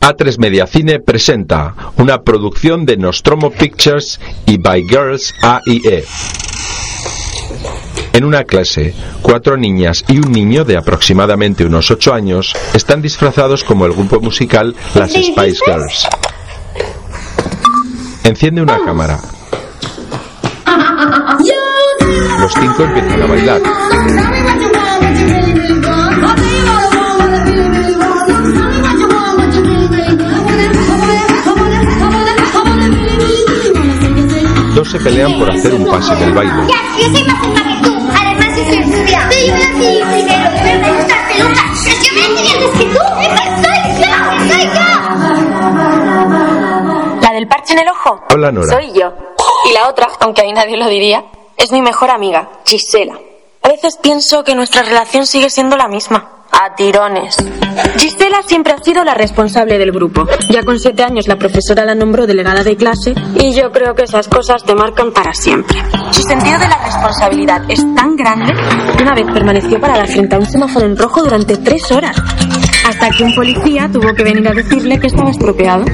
A3 Media Cine presenta una producción de Nostromo Pictures y By Girls AIE. En una clase, cuatro niñas y un niño de aproximadamente unos 8 años están disfrazados como el grupo musical Las Spice Girls. Enciende una cámara. Los cinco empiezan a bailar. Dos se pelean por hacer un pase del baile. Ya, yo soy más alta que tú. Además, yo soy rubia. Pero yo nací primero. Pero me gustan pelucas. Pero yo me nací antes que tú. ¡Soy yo! ¡Soy yo! La del parche en el ojo. Hola, Nora. Soy yo. Y la otra, aunque ahí nadie lo diría, es mi mejor amiga, Gisela. A veces pienso que nuestra relación sigue siendo la misma. A tirones. Gisela siempre ha sido la responsable del grupo. Ya con siete años la profesora la nombró delegada de clase y yo creo que esas cosas te marcan para siempre. Su sentido de la responsabilidad es tan grande que una vez permaneció parada frente a un semáforo en rojo durante tres horas. Hasta que un policía tuvo que venir a decirle que estaba estropeado.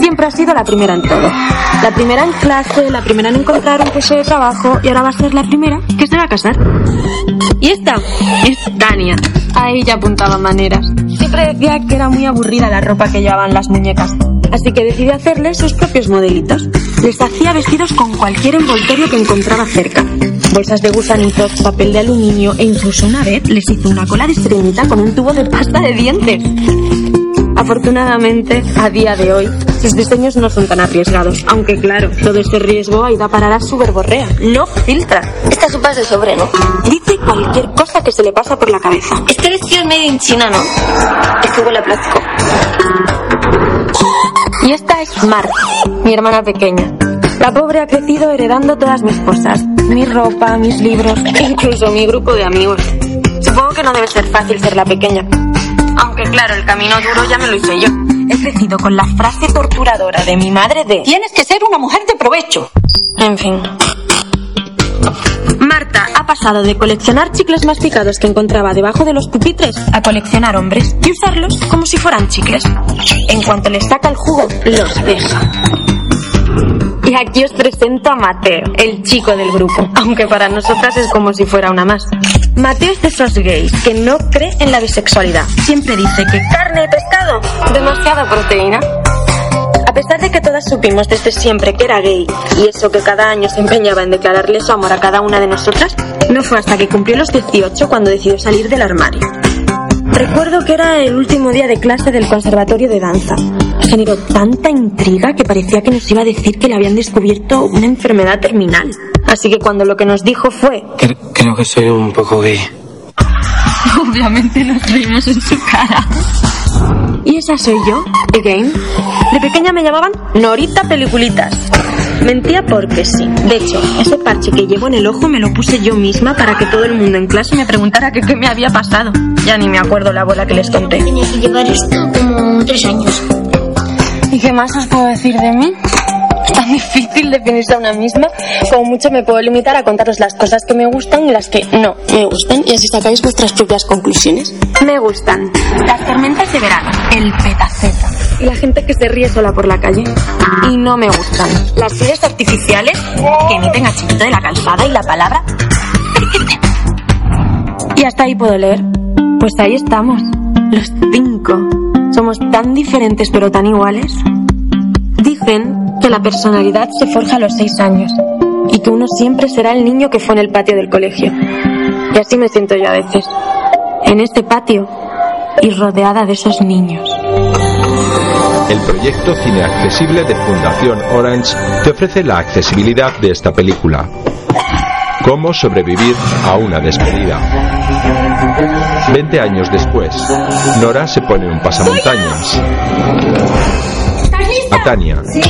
Siempre ha sido la primera en todo. La primera en clase, la primera en encontrar un puesto de trabajo y ahora va a ser la primera que se va a casar. Y esta es Tania. A ella apuntaba maneras. Siempre decía que era muy aburrida la ropa que llevaban las muñecas. Así que decidí hacerles sus propios modelitos. Les hacía vestidos con cualquier envoltorio que encontraba cerca. Bolsas de gusanitos, papel de aluminio e incluso una vez les hizo una cola de estrenita con un tubo de pasta de dientes. Afortunadamente, a día de hoy, sus diseños no son tan arriesgados, aunque claro, todo este riesgo ha ido a parar a su verborrea. No filtra. Esta sopa es de sobre, ¿no? Dice cualquier cosa que se le pasa por la cabeza. Este vestido es medio en China, ¿no? Este huele a plástico. Y esta es Mar, mi hermana pequeña. La pobre ha crecido heredando todas mis cosas, mi ropa, mis libros, incluso mi grupo de amigos. Supongo que no debe ser fácil ser la pequeña, aunque claro, el camino duro ya me lo hice yo. He crecido con la frase torturadora de mi madre de Tienes que ser una mujer de provecho. En fin. Marta ha pasado de coleccionar chicles masticados que encontraba debajo de los pupitres a coleccionar hombres y usarlos como si fueran chicles. En cuanto les saca el jugo, los deja. Y aquí os presento a Mateo, el chico del grupo, aunque para nosotras es como si fuera una más. Mateo es de esos gays que no cree en la bisexualidad. Siempre dice que carne y pescado, demasiada proteína. A pesar de que todas supimos desde siempre que era gay y eso que cada año se empeñaba en declararle su amor a cada una de nosotras, no fue hasta que cumplió los 18 cuando decidió salir del armario. Recuerdo que era el último día de clase del conservatorio de danza. Generó tanta intriga que parecía que nos iba a decir que le habían descubierto una enfermedad terminal. Así que cuando lo que nos dijo fue... Cre- Creo que soy un poco gay. Obviamente nos reímos en su cara. Y esa soy yo, again. De pequeña me llamaban Norita Peliculitas. Mentía porque sí. De hecho, ese parche que llevo en el ojo me lo puse yo misma para que todo el mundo en clase me preguntara que qué me había pasado. Ya ni me acuerdo la bola que les conté. Tenía que llevar esto como tres años. ¿Y qué más os puedo decir de mí? Es tan difícil definirse a una misma. Como mucho me puedo limitar a contaros las cosas que me gustan y las que no me gustan y así sacáis vuestras propias conclusiones. Me gustan las tormentas de verano, el petaceta y la gente que se ríe sola por la calle. Y no me gustan las sillas artificiales que emiten a chiquito de la calzada y la palabra. y hasta ahí puedo leer. Pues ahí estamos, los cinco. Somos tan diferentes pero tan iguales. Dicen que la personalidad se forja a los seis años y que uno siempre será el niño que fue en el patio del colegio. Y así me siento yo a veces, en este patio y rodeada de esos niños. El proyecto Cine Accesible de Fundación Orange te ofrece la accesibilidad de esta película. Cómo sobrevivir a una despedida. Veinte años después, Nora se pone un pasamontañas. ¿Estás lista? A Tania. Sí.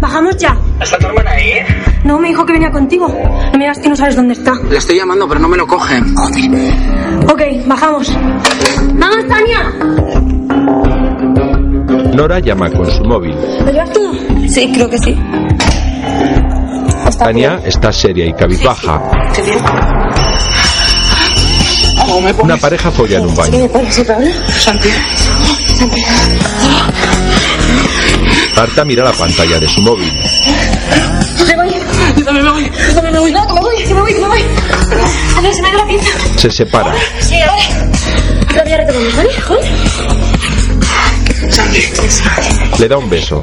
Bajamos ya. ¿Está tu hermana ahí? No, me dijo que venía contigo. No me digas que no sabes dónde está. Le estoy llamando, pero no me lo coge. Ok, bajamos. ¡Vamos, Tania! Nora llama con su móvil. ¿Lo llevas todo? Sí, creo que sí. Tania está seria y cabizbaja. Una pareja folla en un baño. Marta mira la pantalla de su móvil. Se separa. Le da un beso.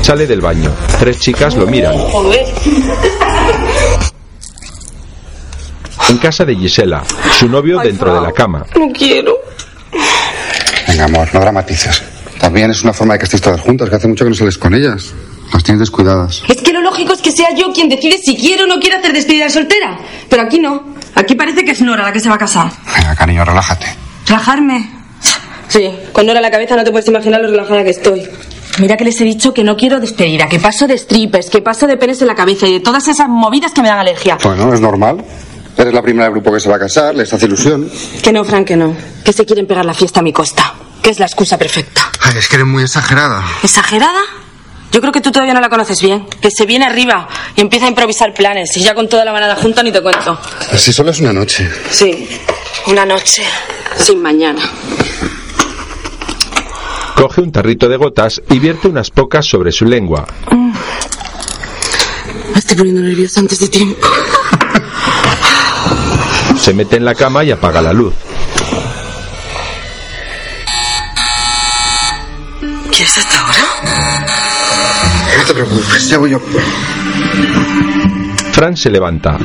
Sale del baño. Tres chicas lo miran. En casa de Gisela, su novio dentro de la cama. Venga, amor, no dramatices. También es una forma de que estéis todas juntas, que hace mucho que no sales con ellas. Las tienes descuidadas. Es que lo lógico es que sea yo quien decide si quiere o no quiere hacer despedida de soltera. Pero aquí no. Aquí parece que es Nora la que se va a casar. Venga, cariño, relájate. ¿Relajarme? Sí, con Nora en la cabeza no te puedes imaginar lo relajada que estoy. Mira que les he dicho que no quiero despedida, que paso de strippers, que paso de penes en la cabeza y de todas esas movidas que me dan alergia. Bueno, es normal. Eres la primera del grupo que se va a casar, les hace ilusión. Que no, Frank, que no. Que se quieren pegar la fiesta a mi costa. Que es la excusa perfecta. Ay, es que eres muy exagerada. ¿Exagerada? Yo creo que tú todavía no la conoces bien. Que se viene arriba y empieza a improvisar planes. Y ya con toda la manada junta ni te cuento. Si solo es una noche. Sí, una noche sin mañana. Coge un tarrito de gotas y vierte unas pocas sobre su lengua. Me estoy poniendo nerviosa antes de tiempo. Se mete en la cama y apaga la luz. ¿Quieres hasta ahora? No te preocupes, ya voy yo. Fran se levanta.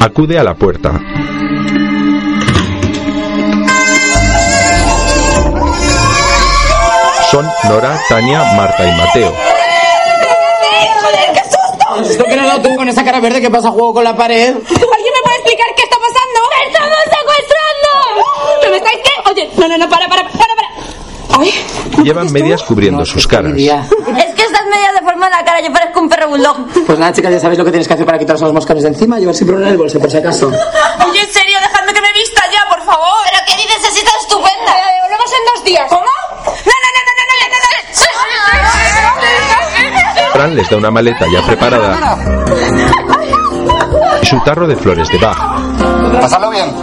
Acude a la puerta. Son Nora, Tania, Marta y Mateo. ¿Esto que no lo tú con esa cara verde que pasa juego con la pared? ¿Alguien me puede explicar qué está pasando? ¡Estamos secuestrando! ¿Pero me estáis qué? Oye, Ah, no, no, no, para, para, para, para. Ay, Llevan medias cubriendo sus caras. Mira, Es que estás media deformada la cara, yo parezco un perro bulldog. Pues nada, chicas, ya sabéis lo que tienes que hacer para quitaros a los moscones de encima. Llevar siempre uno en el bolso, por si acaso. ¿Eh? Oye, en serio, dejadme que me vista ya, por favor. ¿Pero qué dices? Así está estupenda. volvemos en dos días. ¿Cómo? No, no, no, no, no, no, no, no, no. Fran les da una maleta ya preparada y su tarro de flores de Bach. Pasadlo bien.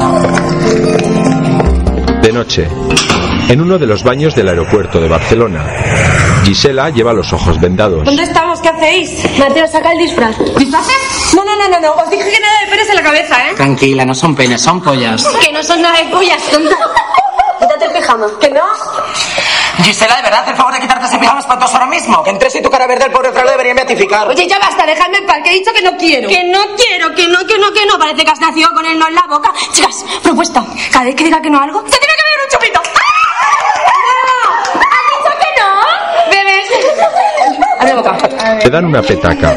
De noche, en uno de los baños del aeropuerto de Barcelona, Gisela lleva los ojos vendados. ¿Dónde estamos? ¿Qué hacéis? Mateo, saca el disfraz. ¿Disfraces? No, no, no, no, no. Os dije que nada de penes en la cabeza, ¿eh? Tranquila, no son penes, son pollas. Que no son nada de pollas, tonta. Quítate el pijama. ¿Que no? Gisela, de verdad, el favor de quitarte ese pijama espantoso ahora mismo. Que entres y tu cara verde el pobre Fran lo debería beatificar. Oye, ya basta, dejadme en paz, que he dicho que no quiero. Que no quiero, que no, que no, que no. Parece que has nacido con el no en la boca. Chicas, propuesta. Cada vez que diga que no a algo, se tiene que beber un chupito. ¡Ah! ¿Has dicho que no? Bebes. Abre boca. Le dan una petaca.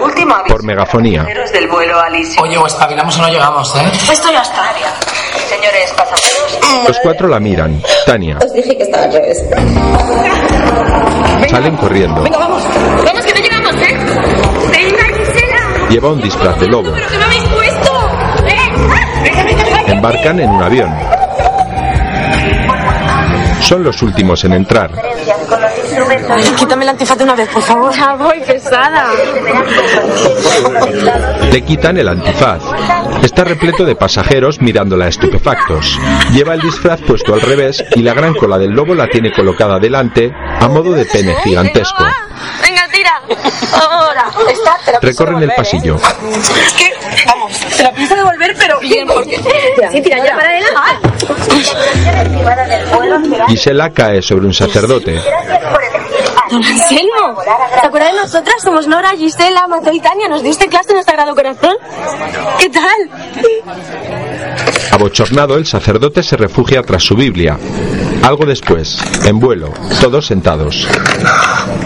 Última Por megafonía. pasajeros del vuelo Alicia. Oye, o espabilamos o no llegamos, ¿eh? Estoy hasta área. Señores pasajeros, Los cuatro la miran. Tania. Os dije que estaba al revés. Salen corriendo. Venga, vamos. Vamos, que no llegamos, ¿eh? Venga, Gisela. Lleva un disfraz de lobo. ¿Pero qué me habéis puesto? ¿Eh? Embarcan en un avión. Son los últimos en entrar. con los instrumentos Quítame el antifaz de una vez, por favor. Ya voy pesada. Le quitan el antifaz. Está repleto de pasajeros mirándola estupefactos. Lleva el disfraz puesto al revés y la gran cola del lobo la tiene colocada delante a modo de pene gigantesco. Venga, tira. Ahora. Está, te la Recorren el pasillo. Es que, vamos, se la pienso devolver, pero bien, porque... Sí, tira ya para adelante. privada del vuelo será Gisela cae sobre un sacerdote. gracias por elegir a Don Anselmo, ¿te acuerdas de nosotras? Somos Nora, Gisela, Mateo y Tania. Nos diste clase en el Sagrado Corazón. ¿Qué tal? Abochornado, el sacerdote se refugia tras su Biblia. Algo después, en vuelo, todos sentados.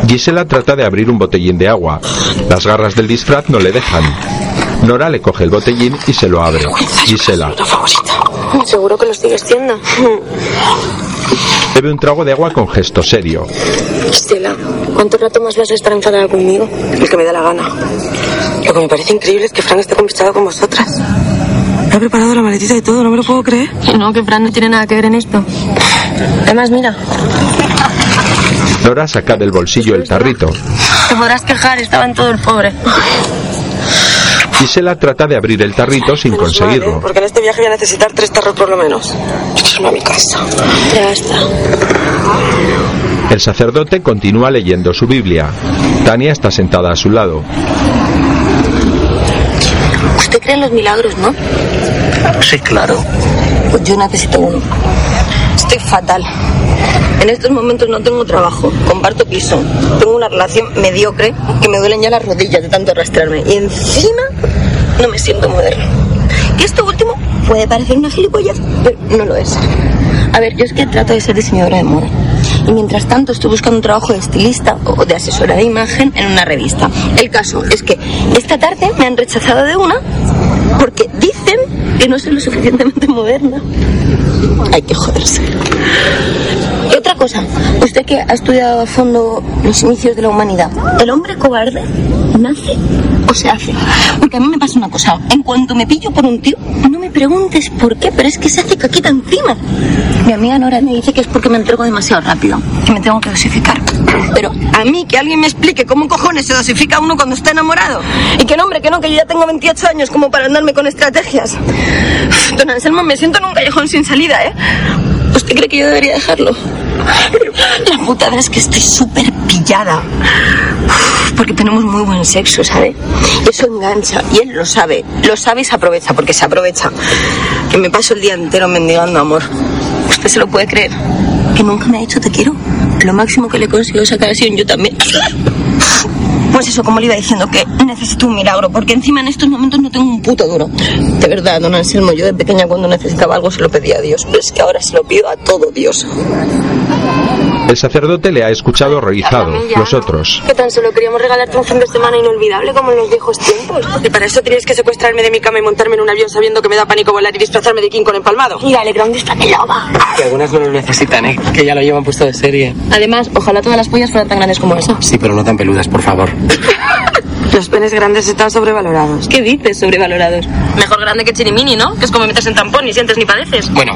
Gisela trata de abrir un botellín de agua. Las garras del disfraz no le dejan. Nora le coge el botellín y se lo abre. Gisela Seguro que lo sigues siendo. bebe un trago de agua con gesto serio. Estela, ¿cuánto rato más vas a estar enfadada conmigo? El que me da la gana. Lo que me parece increíble es que Fran esté conversado con vosotras. Me ha preparado la maletita y todo, no me lo puedo creer. No, que Fran no tiene nada que ver en esto. Además, mira. Dora saca del bolsillo el tarrito. Te podrás quejar, estaba en todo el pobre. Gisela trata de abrir el tarrito sin conseguirlo. Porque en este viaje voy a necesitar tres tarros por lo menos. Yo quiero irme a mi casa. Ya está. El sacerdote continúa leyendo su Biblia. Tania está sentada a su lado. Usted cree en los milagros, ¿no? Sí, claro. Pues yo necesito uno. Estoy fatal. En estos momentos no tengo trabajo, comparto piso, tengo una relación mediocre que me duelen ya las rodillas de tanto arrastrarme y encima no me siento moderno. Que esto último puede parecer una gilipollez, pero no lo es. A ver, yo es que trato de ser diseñadora de moda y mientras tanto estoy buscando un trabajo de estilista o de asesora de imagen en una revista. El caso es que esta tarde me han rechazado de una porque dicen que no soy lo suficientemente moderna. Hay que joderse. Y otra cosa, usted que ha estudiado a fondo los inicios de la humanidad, ¿el hombre cobarde nace o se hace? Porque a mí me pasa una cosa, en cuanto me pillo por un tío, no me preguntes por qué, pero es que se hace caquita encima. Mi amiga Nora me dice que es porque me entrego demasiado rápido, que me tengo que dosificar. Pero a mí que alguien me explique cómo cojones se dosifica uno cuando está enamorado. Y que no, hombre, que no, que yo ya tengo 28 años como para andarme con estrategias. Uf, Don Anselmo, me siento en un callejón sin salida, ¿eh? ¿Usted cree que yo debería dejarlo? La puta verdad es que estoy súper pillada. Uf, Porque tenemos muy buen sexo, ¿sabe? Eso engancha. Y él lo sabe. Lo sabe y se aprovecha, porque se aprovecha. Que me paso el día entero mendigando amor. ¿Usted se lo puede creer? Que nunca me ha dicho te quiero. Lo máximo que le consigo sacar ha sido un yo también. Pues eso, como le iba diciendo, que necesito un milagro, porque encima en estos momentos no tengo un puto duro. De verdad, don Anselmo, yo de pequeña cuando necesitaba algo se lo pedía a Dios, pero es que ahora se lo pido a todo Dios. El sacerdote le ha escuchado horrorizado. Los otros. Que tan solo queríamos regalarte un fin de semana inolvidable como en los viejos tiempos. Y para eso tenías que secuestrarme de mi cama y montarme en un avión sabiendo que me da pánico volar y disfrazarme de King con empalmado. Mira, el grande está de loba. Que algunas no lo necesitan, ¿eh? Que ya lo llevan puesto de serie. Además, ojalá todas las pollas fueran tan grandes como esa. Sí, pero no tan peludas, por favor. Los penes grandes están sobrevalorados. ¿Qué dices, sobrevalorados? Mejor grande que Chirimini, ¿no? Que es como metes en tampón, ni sientes ni padeces. Bueno,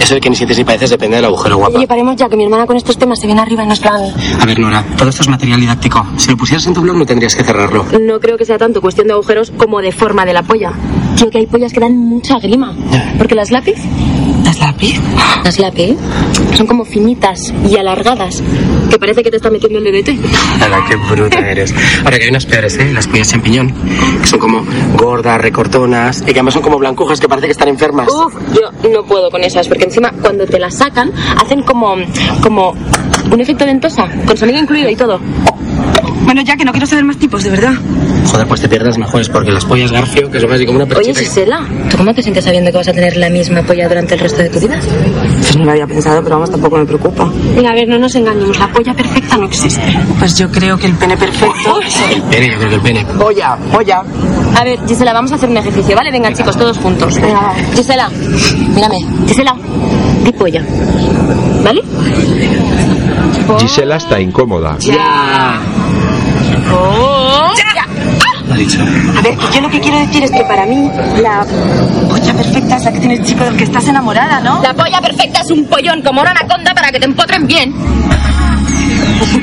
eso de que ni sientes ni padeces depende del agujero, guapa. Oye, paremos ya, que mi hermana con estos temas se viene arriba y nos plan. A ver, Nora, todo esto es material didáctico. Si lo pusieras en tu blog no tendrías que cerrarlo. No creo que sea tanto cuestión de agujeros como de forma de la polla. Tío, que hay pollas que dan mucha grima. Porque las lápiz... ¿Las lápiz? Las lápiz ¿eh? son como finitas y alargadas, que parece que te está metiendo el dedete. Ala, qué bruta eres. Ahora que hay unas peores, ¿eh? Las pollas champiñón, que son como gordas, recortonas, y que además son como blancujas que parece que están enfermas. Uf, yo no puedo con esas, porque encima cuando te las sacan hacen como, como un efecto ventosa, con sonido incluido y todo. Bueno, ya que no quiero saber más tipos, de verdad. Joder, pues te pierdas mejores, porque las pollas Garfio, que son casi como una Oye, perchita. que- Gisela, ¿tú cómo te sientes sabiendo que vas a tener la misma polla durante el resto de tu vida? Pues no lo había pensado, pero vamos, tampoco me preocupa. Mira, a ver, no nos engañemos, la polla perfecta no existe. Pues yo creo que el pene perfecto. El pene, yo creo que el pene. Polla, polla. A ver, Gisela, vamos a hacer un ejercicio, ¿vale? Venga, chicos, todos juntos. Gisela, mírame. Gisela, di polla. ¿Vale? Gisela está incómoda. Lo ha dicho. A ver, yo lo que quiero decir es que para mí la polla perfecta es la que tiene el chico del que estás enamorada, ¿no? La polla perfecta es un pollón como una anaconda para que te empotren bien.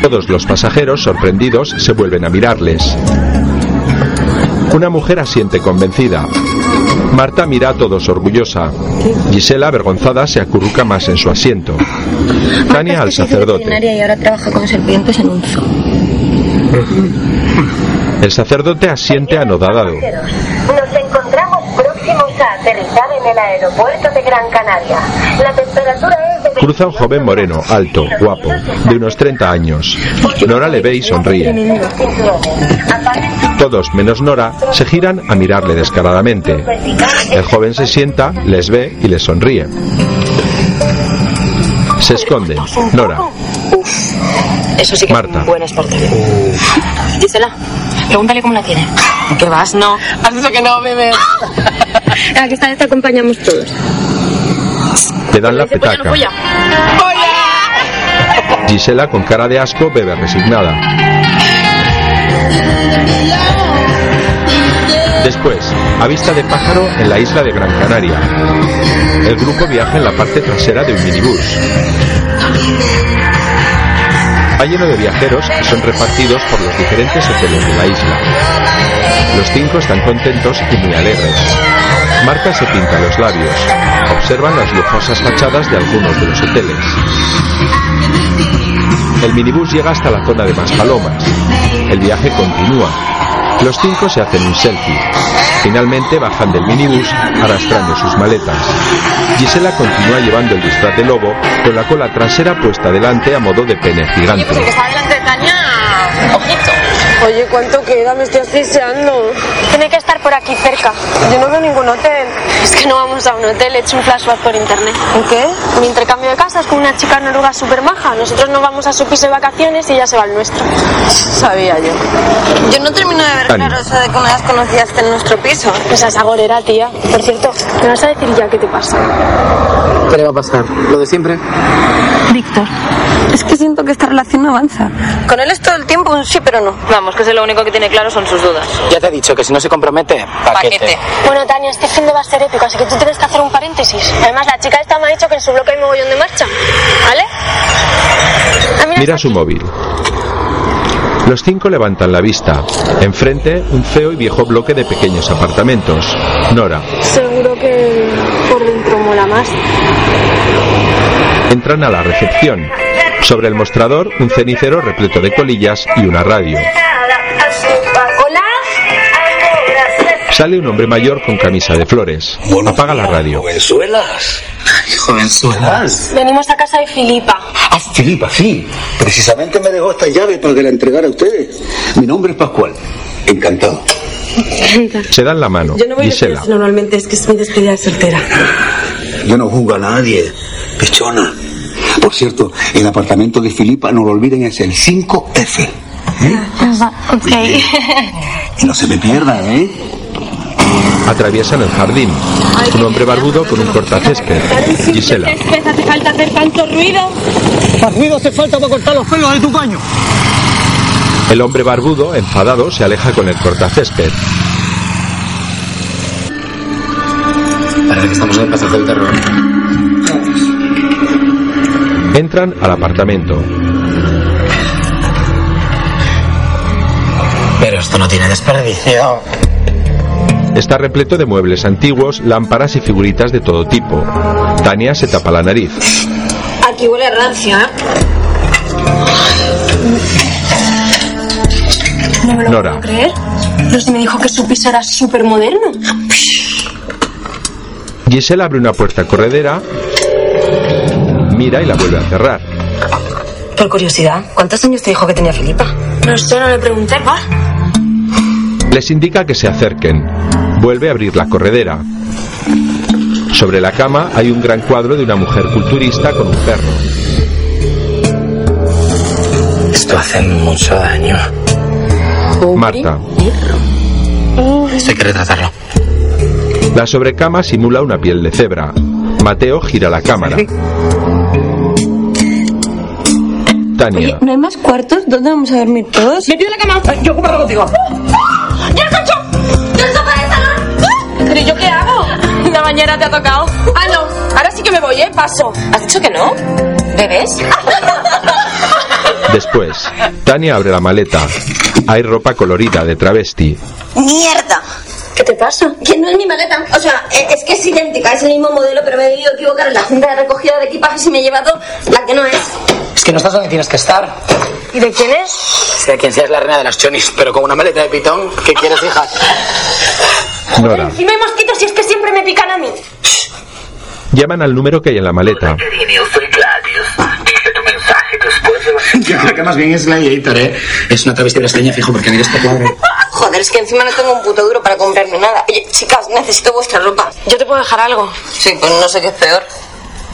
Todos los pasajeros, sorprendidos, se vuelven a mirarles. Una mujer asiente convencida. Marta mira a todos orgullosa. Gisela, avergonzada, se acurruca más en su asiento. Ah, Tania al sacerdote. veterinaria y ahora trabaja con serpientes en un zoo. El sacerdote asiente anodadado. Nos encontramos próximos a aterrizar en el aeropuerto de Gran Canaria. La temperatura es de Cruza un joven moreno, alto, guapo, de unos 30 años. Nora le ve y sonríe. 20 cinturones. Aparte, Todos, menos Nora, se giran a mirarle descaradamente. El joven se sienta, les ve y les sonríe. Se esconde. Nora, Eso sí que Marta. es un buen experto. Gisela, pregúntale cómo la tiene. ¿Qué vas? No. Has dicho que no, bebé. Aquí está, te acompañamos todos. te dan la petaca. Gisela, con cara de asco, bebe resignada. Después, a vista de pájaro en la isla de Gran Canaria. El grupo viaja en la parte trasera de un minibús. va lleno de viajeros que son repartidos por los diferentes hoteles de la isla. Los cinco están contentos y muy alegres. Marta se pinta los labios. Observan las lujosas fachadas de algunos de los hoteles. El minibús llega hasta la zona de Maspalomas. El viaje continúa. Los cinco se hacen un selfie. Finalmente bajan del minibús arrastrando sus maletas. Gisela continúa llevando el disfraz de lobo con la cola trasera puesta delante a modo de pene gigante. está delante de Tania, ojito. Oye, ¿cuánto queda? Me estoy asfixiando. Tiene que estar por aquí cerca. Yo no veo ningún hotel. Es que no vamos a un hotel, he hecho un flashback por internet. ¿En qué? Mi intercambio de casas con una chica noruega súper maja. Nosotros no vamos a su piso de vacaciones y ella se va al nuestro. Sabía yo. Yo no termino de ver Dani. claro eso de que una vez conocías en nuestro piso. Esa es agorera, tía. Por cierto, ¿me vas a decir ya qué te pasa? ¿Qué le va a pasar? ¿Lo de siempre? Víctor, es que siento que esta relación no avanza. Con él es todo el tiempo un sí pero no. Vamos, que es lo único que tiene claro son sus dudas. Ya te he dicho que si no se compromete, paquete. Bueno, Tania, este fin de va a ser épico, así que tú tienes que hacer un paréntesis. Además, la chica esta me ha dicho que en su bloque hay mogollón de marcha. ¿Vale? Ah, Mira su móvil. Los cinco levantan la vista. Enfrente, un feo y viejo bloque de pequeños apartamentos. Nora. Seguro que por dentro mola más. Entran a la recepción. Sobre el mostrador, un cenicero repleto de colillas y una radio. ¿Hola? Sale un hombre mayor con camisa de flores. Apaga la radio. Jovenzuelas. Jovenzuelas. Venimos a casa de Filipa. Ah, Filipa, sí. Precisamente me dejó esta llave para que la entregara a ustedes. Mi nombre es Pascual. Encantado. Se dan la mano. Yo no voy Gisela. a decir normalmente, es que es mi despedida de soltera. Yo no juzgo a nadie. Pechona. Por cierto, el apartamento de Filipa, no lo olviden, es el 5F. Y no se me pierda, ¿eh? Atraviesan el jardín. Un hombre barbudo con un cortacésped. Gisela. ¿Qué hace falta hacer tanto ruido? Más ruido hace falta para cortar los pelos de tu caño. El hombre barbudo, enfadado, se aleja con el cortacésped. Parece que estamos en el pasaje del terror. Entran al apartamento. Pero esto no tiene desperdicio. Está repleto de muebles antiguos, lámparas y figuritas de todo tipo. Tania se tapa la nariz. Aquí huele a rancio, ¿eh? No me lo Nora. puedo creer. Lucy me dijo que su piso era súper moderno. Gisela abre una puerta corredera, mira y la vuelve a cerrar. Por curiosidad, ¿cuántos años te dijo que tenía Filipa? No sé, no le pregunté, ¿va? Les indica que se acerquen. Vuelve a abrir la corredera. Sobre la cama hay un gran cuadro de una mujer culturista con un perro. Esto hace mucho daño. Marta. Esto hay que retratarlo. La sobrecama simula una piel de cebra. Mateo gira la cámara. Tania. ¿No hay más cuartos? ¿Dónde vamos a dormir todos? ¡Me pido la cama! yo ocuparlo contigo. ¡Ya el coche! ¡Ya el sofá del salón! ¿Pero ¿y yo qué hago? La bañera te ha tocado. Ah, no. Ahora sí que me voy, ¿eh? Paso. Ah, ¿Has dicho que no? ¿Bebes? Después, Tania abre la maleta. Hay ropa colorida de travesti. ¡Mierda! ¿Qué te pasa? Que no es mi maleta. O sea, e- es que es idéntica, es el mismo modelo, pero me he debido equivocar en la cinta de recogida de equipajes y me he llevado la que no es. Es que no estás donde tienes que estar. ¿Y de quién es? Sea quien seas la reina de las chonis, pero con una maleta de pitón, ¿qué quieres, hija? Nora. Encima hay mosquitos y es que siempre me pican a mí. Llaman al número que hay en la maleta. Yo creo que más bien es Gladiator, ¿eh? Es una travesti brasileña, fijo, porque mira este cuadro. Joder, es que encima no tengo un puto duro para comprarme nada. Oye, chicas, necesito vuestra ropa. ¿Yo te puedo dejar algo? Sí, pues no sé qué es peor.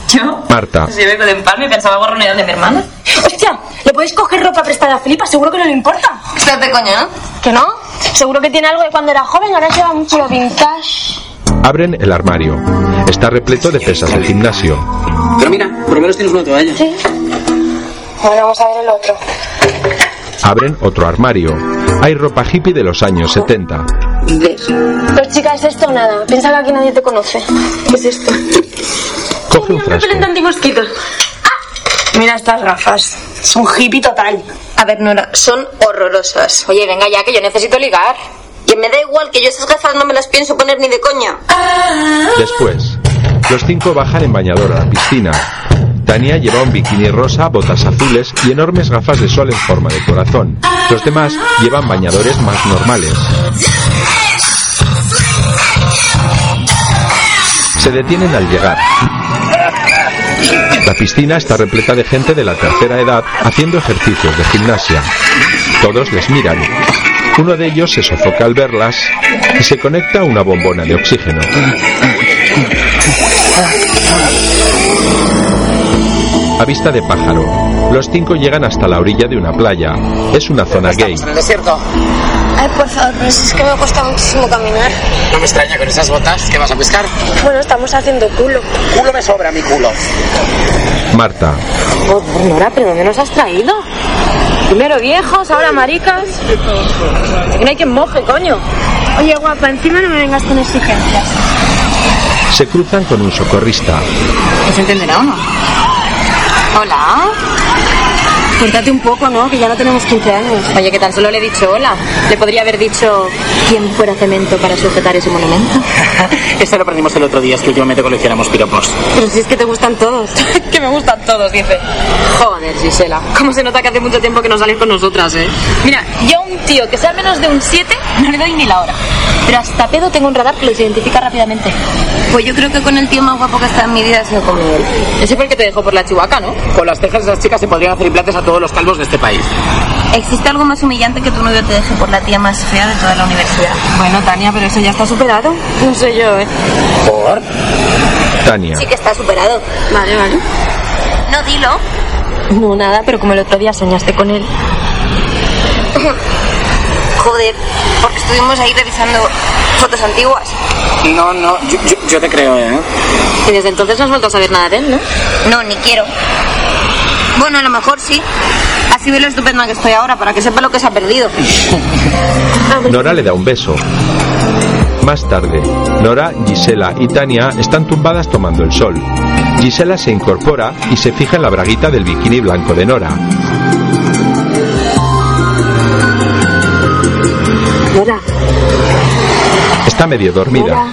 ¿Yo? Marta. Si vengo de empalme, pensaba gorronear de mi hermana. Hostia, ¿le podéis coger ropa prestada a Filipa? Seguro que no le importa. Estás de coña, ¿no? ¿Que no? Seguro que tiene algo de cuando era joven, ahora lleva un chulo vintage. Abren el armario. Está repleto de pesas del gimnasio. Pero mira, por lo menos tienes una toalla. Sí. Bueno, vamos a ver el otro. Abren otro armario. Hay ropa hippie de los años 70. Pues chica, ¿es esto o nada? Piensa que aquí nadie te conoce. ¿Qué es esto? Coge un frasco. antimosquitos. Mira estas gafas. Es un hippie total. A ver, Nora, son horrorosas. Oye, venga ya, que yo necesito ligar. Que me da igual, que yo esas gafas no me las pienso poner ni de coña. Después, los cinco bajan en bañador a la piscina. Tania lleva un bikini rosa, botas azules y enormes gafas de sol en forma de corazón. Los demás llevan bañadores más normales. Se detienen al llegar. La piscina está repleta de gente de la tercera edad haciendo ejercicios de gimnasia. Todos les miran. Uno de ellos se sofoca al verlas y se conecta a una bombona de oxígeno. A vista de pájaro, los cinco llegan hasta la orilla de una playa. Es una zona gay. En el desierto. Ay, por favor, pero si es que me cuesta muchísimo caminar. No me extraña con esas botas que vas a pescar. Bueno, estamos haciendo culo. Culo me sobra mi culo. Marta, Nora, ¿pero dónde nos has traído? Primero viejos, ahora maricas. Que no hay quien moje, coño. Oye, guapa, encima no me vengas con exigencias. se cruzan con un socorrista. ¿Se entenderá o no? Hola. Cuéntate un poco, ¿no? Que ya no tenemos 15 años. Oye, que tan solo le he dicho hola. Le podría haber dicho quién fuera cemento para sujetar ese monumento. Esto lo aprendimos el otro día, es que últimamente coleccionamos piropos. Pero si es que te gustan todos. que me gustan todos, dice. Joder, Gisela. ¿Cómo se nota que hace mucho tiempo que no sales con nosotras, eh? Mira, yo a un tío que sea menos de un 7 no le doy ni la hora. Pero hasta pedo tengo un radar que los identifica rápidamente. Pues yo creo que con el tío más guapo que está en mi vida ha sido con Miguel. Ese fue el que te dejó por la chihuaca, ¿no? Con las cejas de esas chicas se podrían hacer implantes a todos los calvos de este país. ¿Existe algo más humillante que tu novio te deje por la tía más fea de toda la universidad? Bueno, Tania, pero eso ya está superado. No sé yo, ¿eh? ¿Por? Tania, Sí que está superado. Vale, vale. No, dilo. No, nada, pero como el otro día soñaste con él. Joder, porque estuvimos ahí revisando fotos antiguas. No, no, yo, yo, yo te creo, ¿eh? Y desde entonces no has vuelto a saber nada de él, ¿no? No, ni quiero. Bueno, a lo mejor sí. Así ve lo estupenda que estoy ahora, para que sepa lo que se ha perdido. Nora le da un beso. Más tarde, Nora, Gisela y Tania están tumbadas tomando el sol. Gisela se incorpora y se fija en la braguita del bikini blanco de Nora. Nora, Está medio dormida.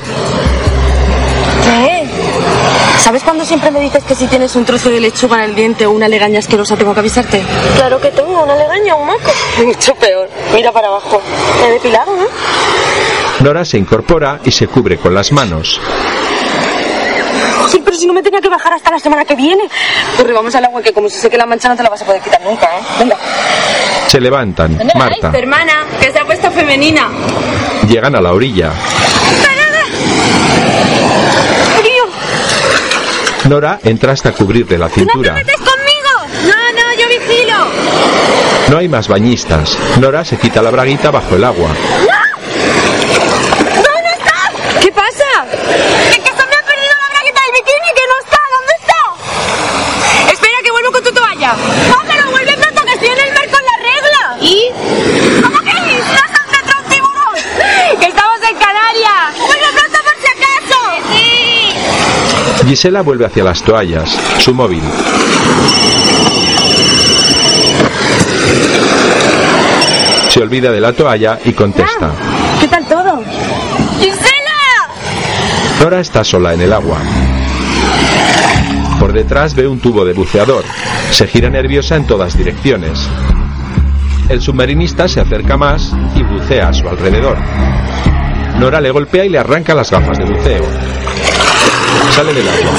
¿Qué? ¿Sabes cuando siempre me dices que si tienes un trozo de lechuga en el diente o una legaña asquerosa tengo que avisarte? Claro que tengo una legaña, un moco. Mucho peor. Mira para abajo. Me he depilado, ¿no? Nora se incorpora y se cubre con las manos. Sí, pero si no me tenía que bajar hasta la semana que viene. Corre, vamos al agua que como se seque la mancha no te la vas a poder quitar nunca, ¿eh? Venga. Se levantan. Marta. hermana? Que se ha puesto femenina. Llegan a la orilla. Nora entra hasta cubrirle la cintura. conmigo! No, no, yo vigilo. No hay más bañistas. Nora se quita la braguita bajo el agua. ¿Dónde está? ¿Qué pasa? Es que se me ha perdido la bragueta del bikini que no está. ¿Dónde está? Espera, que vuelvo con tu toalla. No, pero vuelve pronto, que estoy en el mar con la regla. ¿Y? ¿Cómo que? ¡Nos han encontrado un tiburón! ¡Que estamos en Canarias! ¡Vuelve pronto por si acaso! ¡Sí! Gisela vuelve hacia las toallas, su móvil. Se olvida de la toalla y contesta. Ah, ¿Qué tal todo? ¡Gisela! Nora está sola en el agua. Por detrás ve un tubo de buceador. Se gira nerviosa en todas direcciones. El submarinista se acerca más y bucea a su alrededor. Nora le golpea y le arranca las gafas de buceo. Sale del agua.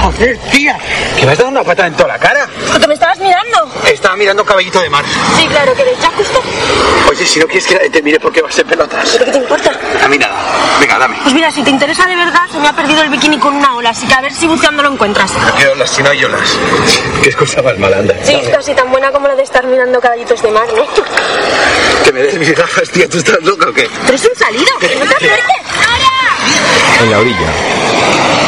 Joder, tía, que me has dado una patada en toda la cara. Porque me estabas mirando. Estaba mirando caballito de mar. Sí, claro, que de justo. Oye, si no quieres que te mire porque vas en pelotas. ¿Pero qué te importa? A mí nada. Venga, dame. Pues mira, si te interesa de verdad, se me ha perdido el bikini con una ola, así que a ver si buceando lo encuentras. No quiero olas, si no hay olas. Qué cosa más malanda. Sí, es casi tan buena como la de estar mirando caballitos de mar, ¿no? Que me des mis gafas, tía. ¿Tú estás loca o qué? Pero es un salido, que no te acerques. En la orilla.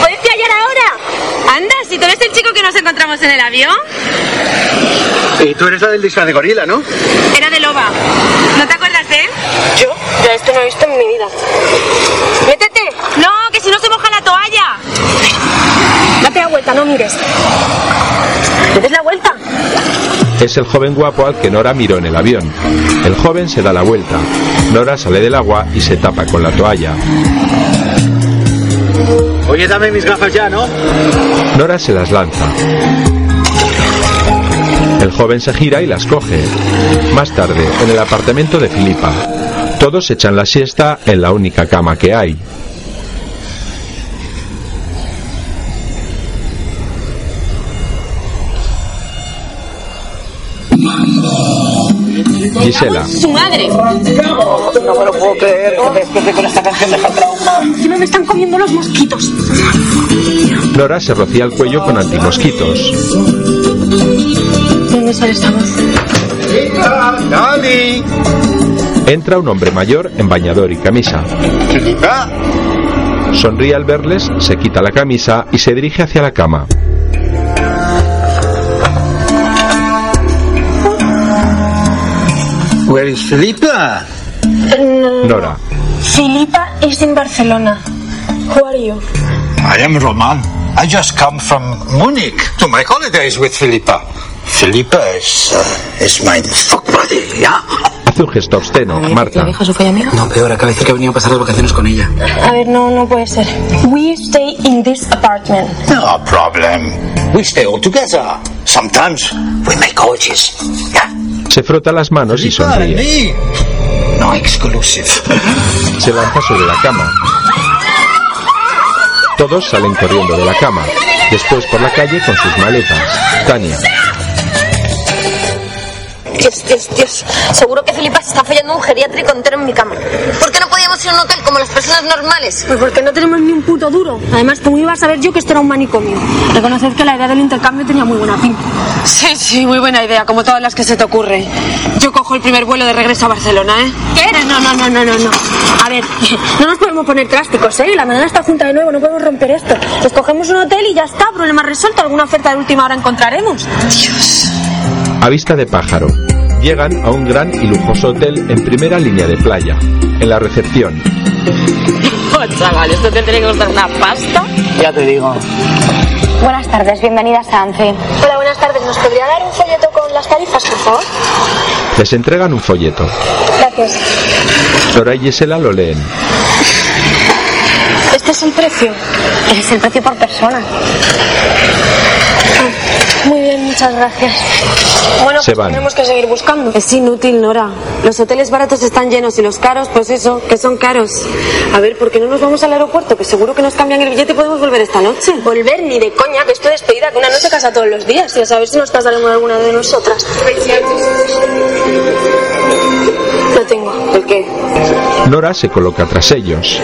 ¿Podéis hallar ahora? Anda, si tú eres el chico que nos encontramos en el avión. Y tú eres la del disfraz de gorila, ¿no? Era de loba. ¿No te acuerdas de él? ¿Yo? Ya esto no he visto en mi vida. ¡Métete! No, que si no se moja la toalla. Date agua. vuelta, no mires. ¿Te des la vuelta? Es el joven guapo al que Nora miró en el avión. El joven se da la vuelta. Nora sale del agua y se tapa con la toalla. Oye, dame mis gafas ya, ¿no? Nora se las lanza. El joven se gira y las coge. Más tarde, en el apartamento de Filipa, todos echan la siesta en la única cama que hay. Gisela, ¡Su madre! No me lo puedo creer que despierte con esta canción de Jatrauma. Encima me están comiendo los mosquitos. Nora se rocía el cuello con antimosquitos. ¿Dónde sale esta voz? ¡Dali! Entra un hombre mayor en bañador y camisa. Sonríe al verles, se quita la camisa y se dirige hacia la cama. Where is Filipa? Nora. Filipa es en Barcelona. Juario. I am Roman. I just come from Munich to my holidays with Filipa. Filipa is, uh, is my fuck buddy, yeah? Hace un gesto obsceno. Marta. su folla amiga? No, peor, acaba de decir que ha venido a pasar las vacaciones con ella. A ver, no, no puede ser. We stay in this apartment. No problem. We stay all together. Sometimes we make orgies. Se frota las manos y sonríe. No exclusive. Se lanza sobre la cama. Todos salen corriendo de la cama. Después por la calle con sus maletas. Tania. Dios, Dios, Dios. Seguro que Filipa se está fallando un geriátrico entero en mi cama. ¿Por qué no podíamos ir a un hotel como las personas normales? Pues porque no tenemos ni un puto duro. Además, ¿cómo iba a saber yo que esto era un manicomio? Reconoced que la idea del intercambio tenía muy buena pinta. Sí, sí, muy buena idea, como todas las que se te ocurre. Yo cojo el primer vuelo de regreso a Barcelona, ¿eh? ¿Qué? No, no, no, no, no, no. A ver, no nos podemos poner plásticos, ¿eh? La mañana está junta de nuevo, no podemos romper esto. Pues cogemos un hotel y ya está, problema resuelto. Alguna oferta de última hora encontraremos. A vista de pájaro. Llegan a un gran y lujoso hotel en primera línea de playa. En la recepción, Oh, chaval, esto te tiene que costar una pasta. Ya te digo. Buenas tardes, bienvenidas a ANCE. Hola, buenas tardes. ¿Nos podría dar un folleto con las tarifas, por favor? les entregan un folleto. Gracias. Nora y Gisela lo leen. Este es el precio. Es el precio por persona. Muy bien, muchas gracias. Bueno, Se pues van. tenemos que seguir buscando. Es inútil, Nora. Los hoteles baratos están llenos y los caros, pues eso, que son caros. A ver, ¿por qué no nos vamos al aeropuerto? Que seguro que nos cambian el billete y podemos volver esta noche. Volver ni de coña, que estoy despedida, que una noche casa todos los días. Y a saber si nos casaremos con alguna de nosotras. Lo tengo. ¿El qué? Nora se coloca tras ellos.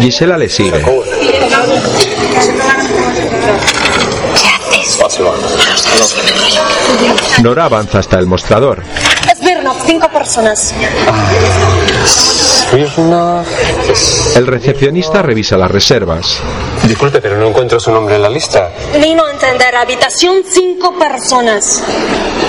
Gisela le sigue. Nora avanza hasta el mostrador. Smirnoff, cinco personas. El recepcionista revisa las reservas. Disculpe, pero no encuentro su nombre en la lista. Vino a entender, habitación cinco personas.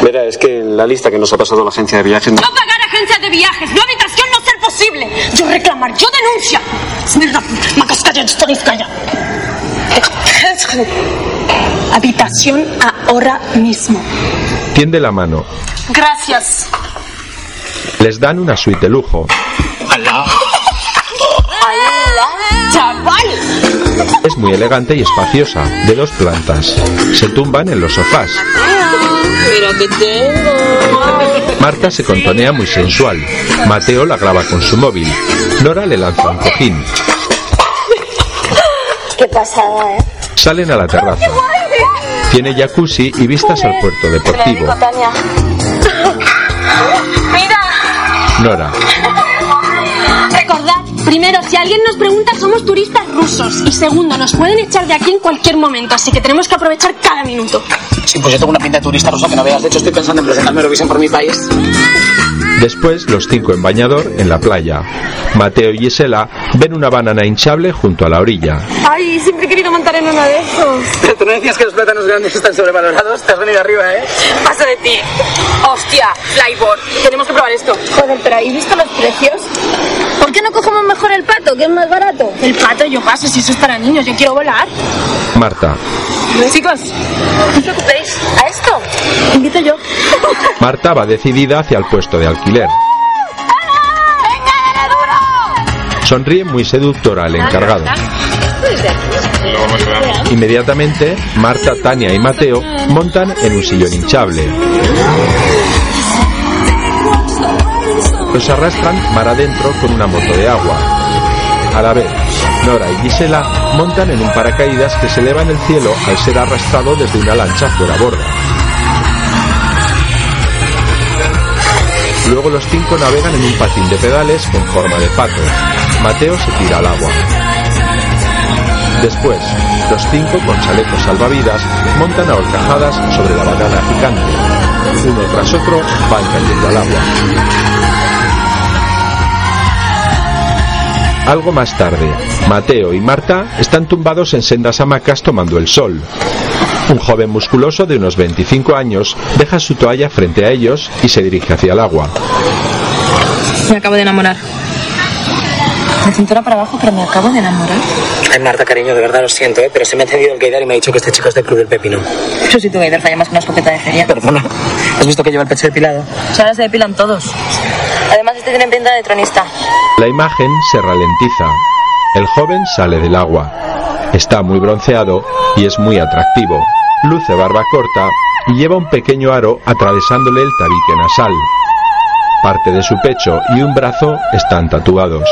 Verá, es que en la lista que nos ha pasado la agencia de viajes no- No pagar agencia de viajes, no habitación no ser posible. Yo reclamar, yo denuncia. Smirnoff, Makoskaya, Storinskaya. Habitación ahora mismo. Tiende la mano. Gracias. Les dan una suite de lujo. ¡Chaval! Es muy elegante y espaciosa, de dos plantas. Se tumban en los sofás. Mira que tengo. Marta se contonea muy sensual. Mateo la graba con su móvil. Nora le lanza un cojín. Qué pasada, ¿eh? Salen a la terraza. Tiene jacuzzi y vistas al puerto deportivo. Tania. Nora. Recordad, primero, si alguien nos pregunta, somos turistas rusos. Y segundo, nos pueden echar de aquí en cualquier momento, así que tenemos que aprovechar cada minuto. Sí, pues yo tengo una pinta de turista ruso que no veas. De hecho, estoy pensando en presentarme a Eurovisión por mi país. Después, los cinco en bañador en la playa. Mateo y Gisela ven una banana hinchable junto a la orilla. Ay, siempre he querido montar en uno de esos. ¿Tú no decías que los plátanos grandes están sobrevalorados? Te has venido arriba, ¿eh? Pasa de ti. Hostia, Flyboard. Tenemos que probar esto. Joder, pero ¿habéis visto los precios? ¿Por qué no cogemos mejor el pato, que es más barato? El pato yo paso, si eso es para niños, yo quiero volar. Marta. Chicos, no os preocupéis. ¿A esto? Invito yo. Marta va decidida hacia el puesto de alquiler. Sonríe muy seductora al encargado. Ah, Inmediatamente, Marta, Tania y Mateo montan en un sillón hinchable. Los arrastran mar adentro con una moto de agua. A la vez, Nora y Gisela montan en un paracaídas que se eleva en el cielo al ser arrastrado desde una lancha fuera borda. Luego los cinco navegan en un patín de pedales con forma de pato. Mateo se tira al agua. Después, los cinco con chalecos salvavidas montan a horcajadas sobre la banana gigante. Uno tras otro van cayendo al agua. Algo más tarde, Mateo y Marta están tumbados en sendas hamacas tomando el sol. Un joven musculoso de unos 25 años deja su toalla frente a ellos y se dirige hacia el agua. Me acabo de enamorar. De cintura para abajo, pero me acabo de enamorar. Ay, Marta, cariño, de verdad lo siento, ¿eh? pero se me ha encendido el gaydar y me ha dicho que este chico es del Club del Pepino. Yo soy tu gaydar, falla más que una escopeta de feria. Perdona, ¿has visto que lleva el pecho depilado? Si ahora se depilan todos. Además, este tiene pinta de tronista. La imagen se ralentiza. El joven sale del agua. Está muy bronceado y es muy atractivo. Luce barba corta y lleva un pequeño aro atravesándole el tabique nasal. Parte de su pecho y un brazo están tatuados.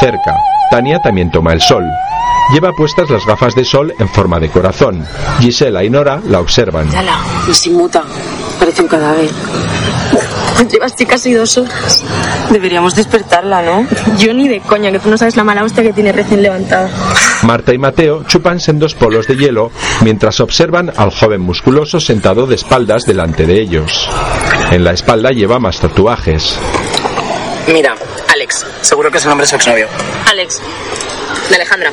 Cerca, Tania también toma el sol. Lleva puestas las gafas de sol en forma de corazón. Gisela y Nora la observan. Yala, se muta. Parece un cadáver. Llevas así casi dos horas. Deberíamos despertarla, ¿no? Yo ni de coña, que tú no sabes la mala hostia que tiene recién levantada. Marta y Mateo chupan sendos polos de hielo mientras observan al joven musculoso sentado de espaldas delante de ellos. En la espalda lleva más tatuajes. Mira, Alex, seguro que su nombre es su exnovio. Alex. De Alejandra.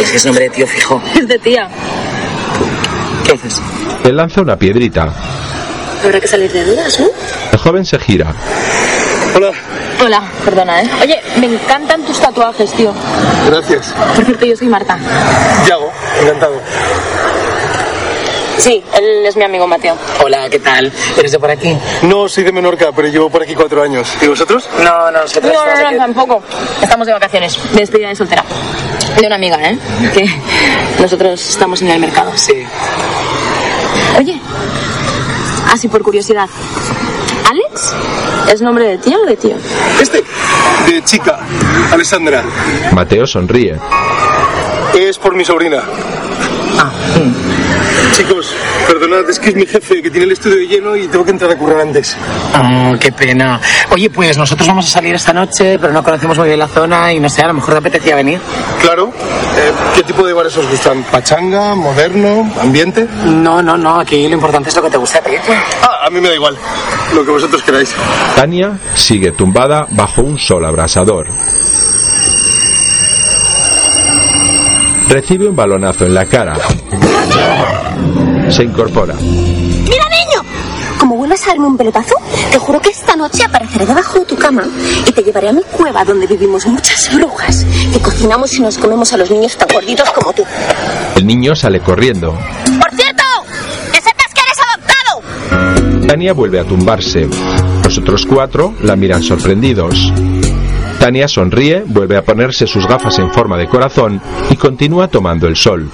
Es que es nombre de tío fijo. Es de tía. ¿Qué haces? Le lanza una piedrita. Habrá que salir de dudas, ¿no? El joven se gira. Hola. Hola, perdona, ¿eh? Oye, me encantan tus tatuajes, tío. Gracias. Por cierto, yo soy Marta. Yago, encantado. Sí, él es mi amigo Mateo. Hola, ¿qué tal? ¿Eres de por aquí? No, soy de Menorca, pero llevo por aquí cuatro años. ¿Y vosotros? No, no, No, nosotros estamos no, aquí. no, tampoco. Estamos de vacaciones, de despedida de soltera. De una amiga, ¿eh? Que nosotros estamos en el mercado. Sí. Oye, así por curiosidad. ¿Alex? ¿Es nombre de tía o de tío? Este, de chica, Alessandra. Mateo sonríe. Es por mi sobrina. Chicos, perdonad, es que es mi jefe que tiene el estudio lleno y tengo que entrar a currar antes. Ah, qué pena. Oye, pues nosotros vamos a salir esta noche, pero no conocemos muy bien la zona y no sé, a lo mejor te apetecía venir. Claro. Eh, ¿Qué tipo de bares os gustan? ¿Pachanga, moderno, ambiente? No, no, no, aquí lo importante es lo que te gusta a ti. Ah, a mí me da igual, lo que vosotros queráis. Tania sigue tumbada bajo un sol abrasador. Recibe un balonazo en la cara. Se incorpora. ¡Mira, niño! Como vuelvas a darme un pelotazo, te juro que esta noche apareceré debajo de tu cama y te llevaré a mi cueva donde vivimos muchas brujas que cocinamos y nos comemos a los niños tan gorditos como tú. El niño sale corriendo. ¡Por cierto! ¡Que sepas que eres adoptado! Tania vuelve a tumbarse. Los otros cuatro la miran sorprendidos. Tania sonríe, vuelve a ponerse sus gafas en forma de corazón y continúa tomando el sol.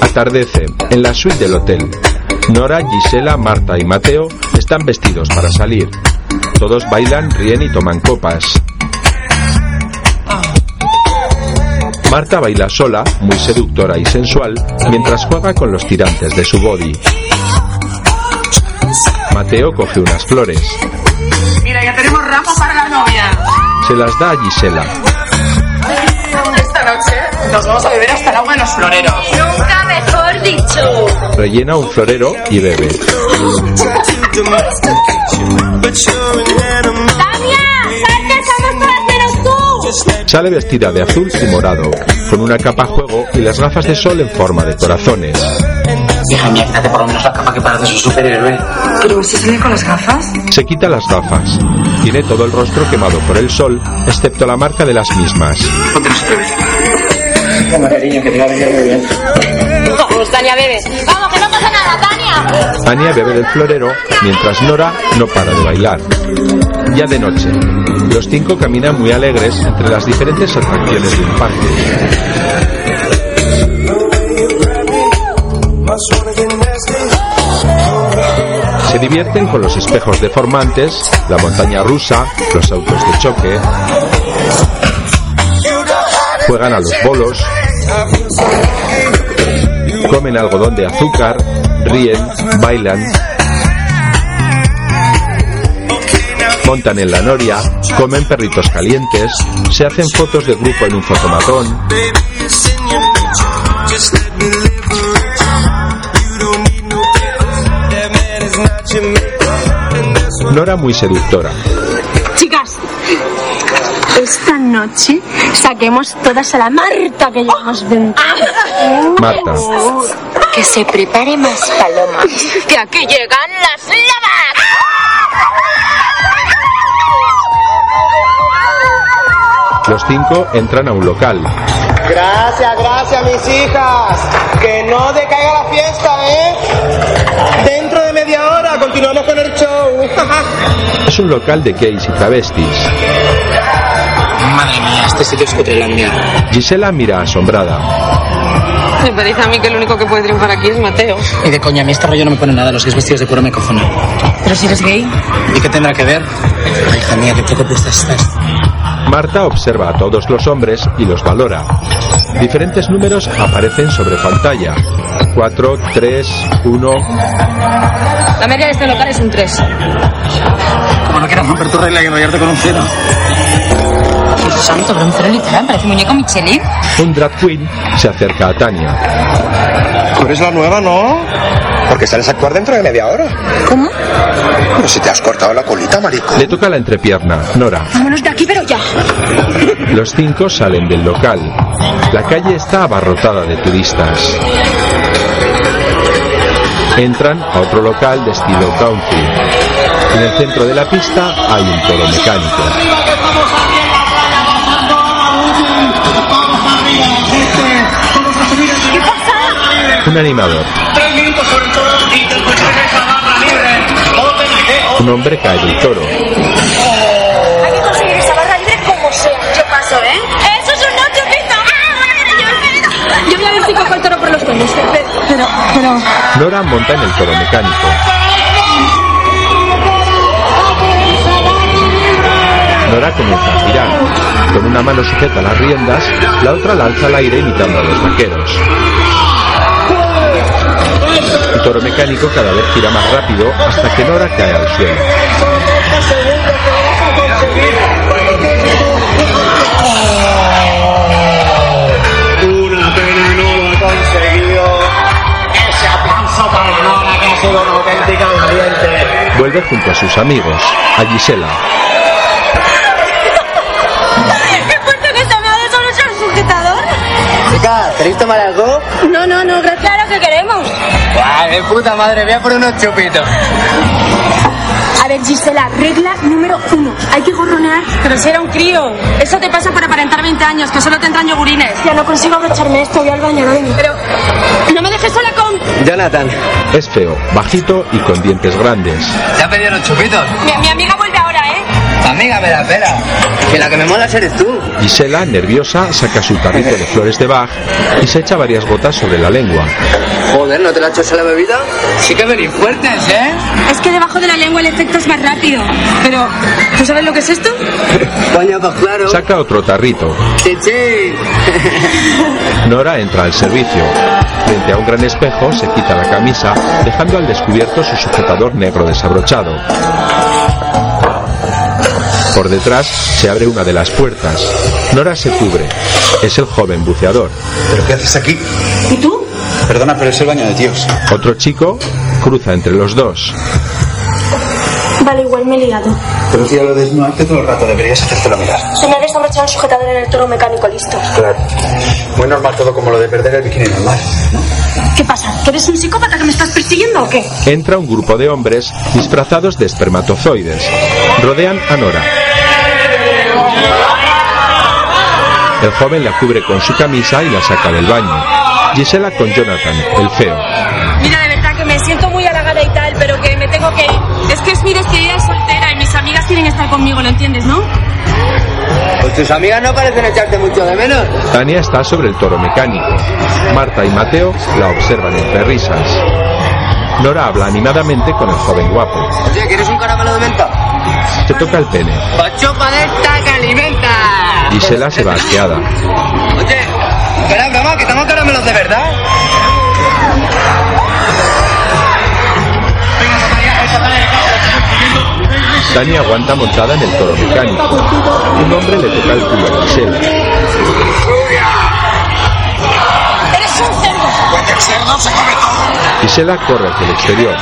Atardece, en la suite del hotel. Nora, Gisela, Marta y Mateo están vestidos para salir. Todos bailan, ríen y toman copas. Marta baila sola, muy seductora y sensual, mientras juega con los tirantes de su body. Mateo coge unas flores, Mira, ya tenemos ramos para la novia. se las da a Gisela. Esta noche nos vamos a beber hasta el agua de los floreros. Nunca mejor dicho. Rellena un florero y bebe. ¡Sarca, somos todas menos tú! Sale vestida de azul y morado, con una capa juego y las gafas de sol en forma de corazones. Hija mía, quítate por lo menos la capa que paras de su superhéroe. ¿Pero usted sale con las gafas? Se quita las gafas. Tiene todo el rostro quemado por el sol, excepto la marca de las mismas. Toma, cariño, que te va a venir muy bien. Vamos, Tania, bebe. Vamos, que no pasa nada, Tania. Ania bebe del florero mientras Nora no para de bailar. Ya de noche, los cinco caminan muy alegres entre las diferentes atracciones del parque. Se divierten con los espejos deformantes, la montaña rusa, los autos de choque, juegan a los bolos, comen algodón de azúcar, ríen, bailan, montan en la noria, comen perritos calientes, se hacen fotos de grupo en un fotomatón, Nora muy seductora. Chicas, esta noche saquemos todas a la Marta que llevamos dentro. Marta, Que se prepare más paloma. Que aquí llegan las lobas. los cinco entran a un local. Gracias, gracias, mis hijas. Que no decaiga la fiesta, ¿eh? Dentro de media hora continuamos con el show. Es un local de gays y travestis. Madre mía, este sitio es Cotrelandia. Gisela mira asombrada. Me parece a mí que el único que puede Pues triunfar aquí es Mateo. Y de coña, a mí este rollo no me pone nada. Los gays vestidos de cuero me cojonan. Pero si eres gay. ¿Y qué tendrá que ver? Ay, hija mía, qué poco puesta estás. Marta observa a todos los hombres y los valora. Diferentes números aparecen sobre pantalla. 4, 3, 1. La media de este local es un 3. Como no quieras romper tu regla que rollarte con un cero. Dios santo, pero un cero literal, parece muñeco Michelin. Un drag queen se acerca a Tania. Tú eres la nueva, ¿no? Porque sales a actuar dentro de media hora. ¿Cómo? Pero si te has cortado la colita, marico. Le toca la entrepierna. Nora. Vámonos de aquí, pero ya. Los cinco salen del local. La calle está abarrotada de turistas. Entran a otro local de estilo country. En el centro de la pista hay un toro mecánico. ¿Qué pasa? Un animador. Tres minutos por el toro y después esa barra libre. Voten Un hombre cae del toro. Hay que conseguir esa barra libre como sea. Yo paso, ¿eh? ¡Eso es un ocho, pito! Yo voy a ver si cojo el toro por los cuernos. Pe- Pero, pero... Nora monta en el toro mecánico. Nora comienza a girar. Con una mano sujeta las riendas, la otra la alza al aire imitando a los vaqueros. El toro mecánico cada vez gira más rápido hasta que Nora cae al suelo. Una pena no ha conseguido. Ese aplauso para Nora que ha sido una auténtica valiente. Vuelve junto a sus amigos, a Gisela. ¿He puesto que se me ha desabrochado el sujetador? Chicas, ¿queréis tomar algo? No, no, no, gracias. Claro que queremos. ¡Guau, de puta madre! Voy a por unos chupitos. A ver, Gisela, regla número uno. Hay que gorronear. Pero si era un crío. Eso te pasa por aparentar 20 años, que solo te entran yogurines. Ya no consigo abrocharme esto, voy al baño, no vengo. Pero No me dejes sola con... Jonathan. Es feo, bajito y con dientes grandes. ¿Te ha pedido los chupitos? Mi, mi amiga vuelve ahora, ¿eh? Amiga, me la pela. Que la que me mola eres tú. Gisela, nerviosa, saca su tarrito de flores de Bach y se echa varias gotas sobre la lengua. Joder, ¿no te la echas a la bebida? Sí que venís fuertes, ¿eh? Es que debajo de la lengua el efecto es más rápido. Pero, ¿tú sabes lo que es esto? Coño, pues claro. Saca otro tarrito. Sí, sí. Nora entra al servicio. Frente a un gran espejo se quita la camisa, dejando al descubierto su sujetador negro desabrochado. Por detrás se abre una de las puertas. Nora se cubre. Es el joven buceador. ¿Pero qué haces aquí? ¿Y tú? Perdona, pero es el baño de tíos. Otro chico cruza entre los dos. regalo, igual me he liado. Pero si ya lo desnudaste todo el rato, deberías hacértelo mirar. Se me ha desabrochado el sujetador en el toro mecánico, listo. Claro. Muy normal todo como lo de perder el bikini normal. ¿Qué pasa? ¿Que eres un psicópata que me estás persiguiendo o qué? Entra un grupo de hombres disfrazados de espermatozoides. Rodean a Nora. El joven la cubre con su camisa y la saca del baño. Gisela con Jonathan, el feo. Mira, de verdad que me siento muy halagada y tal, pero que me tengo que ir. Es que es mi despedida de soltera y mis amigas quieren estar conmigo, ¿lo entiendes, no? Pues tus amigas no parecen echarte mucho de menos. Tania está sobre el toro mecánico. Marta y Mateo la observan entre risas. Nora habla animadamente con el joven guapo. Oye, ¿quieres un caramelo de menta? Se toca el pene. ¡Pachopa de esta que alimenta! Gisela se va asqueada. Oye, espera, broma, que tengo caramelos de verdad. Tania aguanta montada en el toro mecánico. Un hombre le toca el culo a Gisela. ¡Eres un cerdo! Pues el cerdo se come todo. Gisela corre hacia el exterior.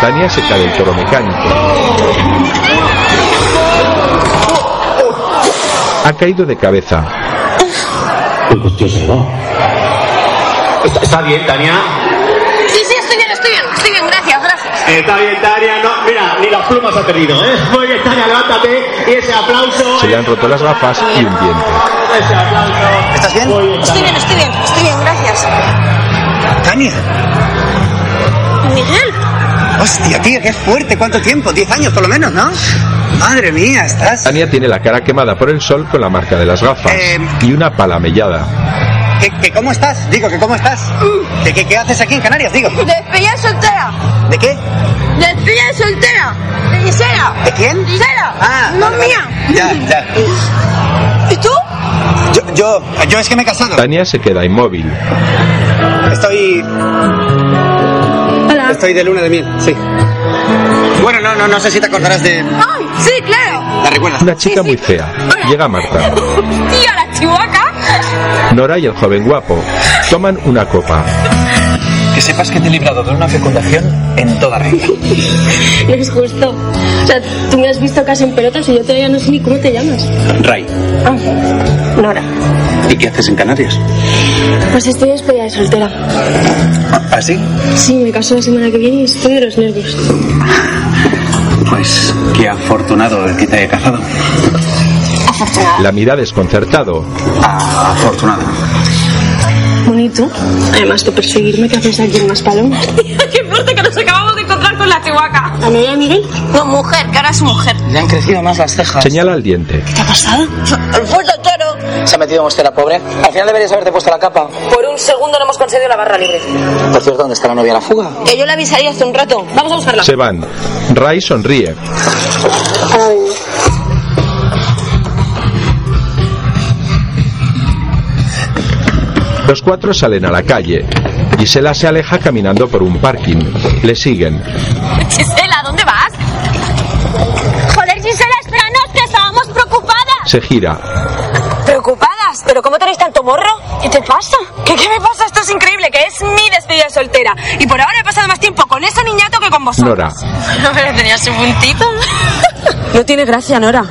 Tania se cae del toro mecánico. Ha caído de cabeza. Pues tío, se va. ¿Está, está bien, Tania? Sí, sí, estoy bien, estoy bien, estoy bien, gracias, gracias. Está bien, Tania. No, mira, ni las plumas ha perdido, ¿eh? Muy bien, Tania, levántate. Y ese aplauso. Se le han roto las gafas y un diente. Ese aplauso. ¿Estás bien? Muy bien, Estoy Tania. bien, estoy bien, estoy bien, gracias. Tania. Miguel, Hostia, tío, qué fuerte. ¿Cuánto tiempo? Diez años por lo menos, ¿no? Madre mía, estás... Tania tiene la cara quemada por el sol con la marca de las gafas y una palamellada. ¿Qué, qué, cómo estás? Digo, ¿qué cómo estás? ¿Qué, qué, qué haces aquí en Canarias? Digo. despedida soltera. ¿De qué? Despedida soltera. De Gisela. ¿De quién? Gisela. Ah, no vale, vale. mía. Ya, ya. ¿Y tú? Yo, yo, yo es que me he casado. Tania se queda inmóvil. Estoy... Estoy de luna de miel, sí. Bueno, no, no, no sé si te acordarás de... ¡Ay, sí, claro! ¿La recuerdas? Una chica muy fea. Llega Marta. ¡Tía, la chihuaca! Nora y el joven guapo toman una copa. Que sepas que te he librado de una fecundación en toda regla. No es justo. O sea, tú me has visto casi en pelotas y yo todavía no sé ni cómo te llamas. Ray, Ah, Nora. ¿y qué haces en Canarias? Pues estoy despedida de soltera. ¿Ah, ¿Así? Sí, me caso la semana que viene y estoy de los nervios. Pues qué afortunado el que te haya casado. La mira desconcertado. Afortunado. Bonito. Además de perseguirme, que haces aquí unas palomas? ¡Qué fuerte que nos acabamos de encontrar con la chihuaca! ¿A Nora y a Miguel? No, mujer, que ahora es mujer. Le han crecido más las cejas. Señala al diente. ¿Qué ha pasado? ¡El puto toro! Se ha metido en la pobre. Al final deberías haberte puesto la capa. Por un segundo no hemos conseguido la barra libre. Por cierto, ¿dónde está la novia a la fuga? Que yo la avisaría hace un rato. Vamos a buscarla. Se van. Ray sonríe. Los cuatro salen a la calle. Gisela se aleja caminando por un parking. Le siguen. Gisela, ¿dónde vas? Joder, Gisela, espéranos, que estábamos preocupadas. Se gira. ¿Preocupadas? ¿Pero cómo tenéis tanto morro? ¿Qué te pasa? ¿Qué, qué me pasa? Esto es increíble, que es mi despedida de soltera. Y por ahora he pasado más tiempo con ese niñato que con vosotros. Nora. Pero tenías un puntito. No tiene gracia, Nora.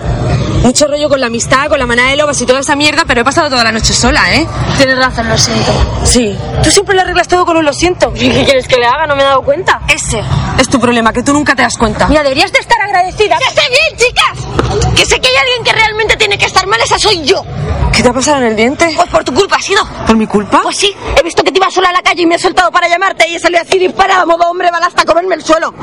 Mucho rollo con la amistad, con la manada de lobas y toda esa mierda, pero he pasado toda la noche sola, ¿eh? Tienes razón, lo siento. Sí. Tú siempre lo arreglas todo con un lo siento. ¿Y ¿Qué quieres que le haga? No me he dado cuenta. Ese es tu problema, que tú nunca te das cuenta. Mira, deberías de estar agradecida. ¡Ya está bien, chicas! Que sé que hay alguien que realmente tiene que estar mal, esa soy yo. ¿Qué te ha pasado en el diente? Pues por tu culpa ha sido. ¿Por mi culpa? Pues sí, he visto que te ibas sola a la calle y me he soltado para llamarte y he salido así disparada, modo hombre balasta a comerme el suelo.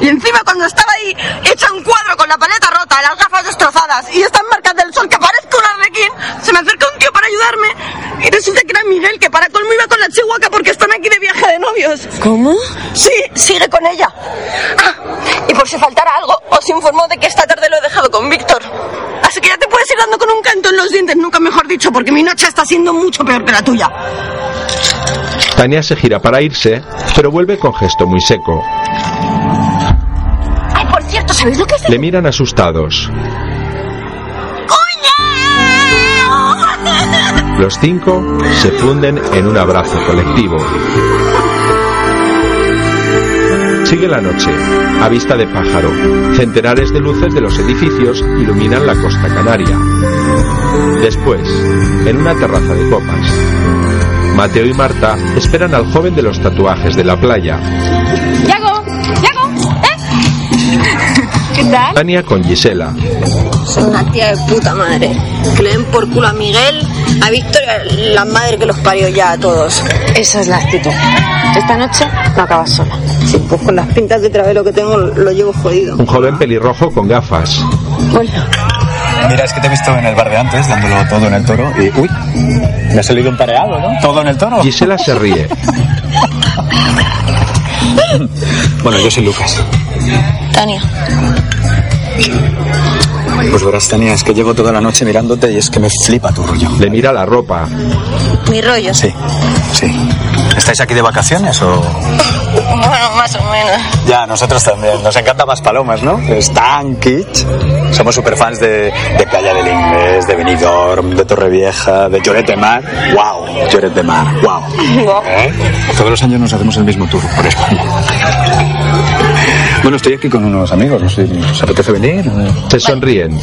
Y encima cuando estaba ahí, hecha un cuadro con la paleta rota, las gafas destrozadas y estas marcas del sol que parezco un arlequín, se me acerca un tío para ayudarme y resulta que era Miguel, que para colmo iba con la chihuahua porque están aquí de viaje de novios. ¿Cómo? Sí, sigue con ella. Ah, y por si faltara algo, os informo de que esta tarde lo he dejado con Víctor. Así que ya te puedes ir dando con un canto en los dientes, nunca mejor dicho, porque mi noche está siendo mucho peor que la tuya. Tania se gira para irse, pero vuelve con gesto muy seco. Ay, por cierto, ¿sabéis lo que es? Le miran asustados. Los cinco se funden en un abrazo colectivo. Sigue la noche, a vista de pájaro. Centenares de luces de los edificios iluminan la costa canaria. Después, en una terraza de copas, Mateo y Marta esperan al joven de los tatuajes de la playa. ¡Yago! ¡Yago! ¿Eh? ¿Qué tal? Tania con Gisela. Son una tía de puta madre. Este, Que le den por culo a Miguel, a Víctor y a la madre que los parió ya a todos. Esa es la actitud. Esta noche no acabas sola. Sí, pues con las pintas de travelo que tengo lo llevo jodido. Un joven pelirrojo con gafas. Mira, es que te he visto en el bar de antes, dándolo todo en el toro y. ¡Uy! Me ha salido un pareado, ¿no? Todo en el toro. Gisela se ríe. Bueno, yo soy Lucas. Tania. Pues verás, Tania, es que llevo toda la noche mirándote y es que me flipa tu rollo. Le mira la ropa. Mi rollo. Sí, sí. ¿Estáis aquí de vacaciones o...? Bueno, más o menos. Ya, nosotros también. Nos encanta más palomas, ¿no? Están kitsch. Somos superfans de, de Playa del Inglés, de Benidorm, de Torrevieja, de Lloret de Mar. ¡Wow! Lloret de Mar. ¡Wow! ¿Eh? Todos los años nos hacemos el mismo tour por España. Bueno, estoy aquí con unos amigos. No sé, ¿os apetece venir? Se sonríen.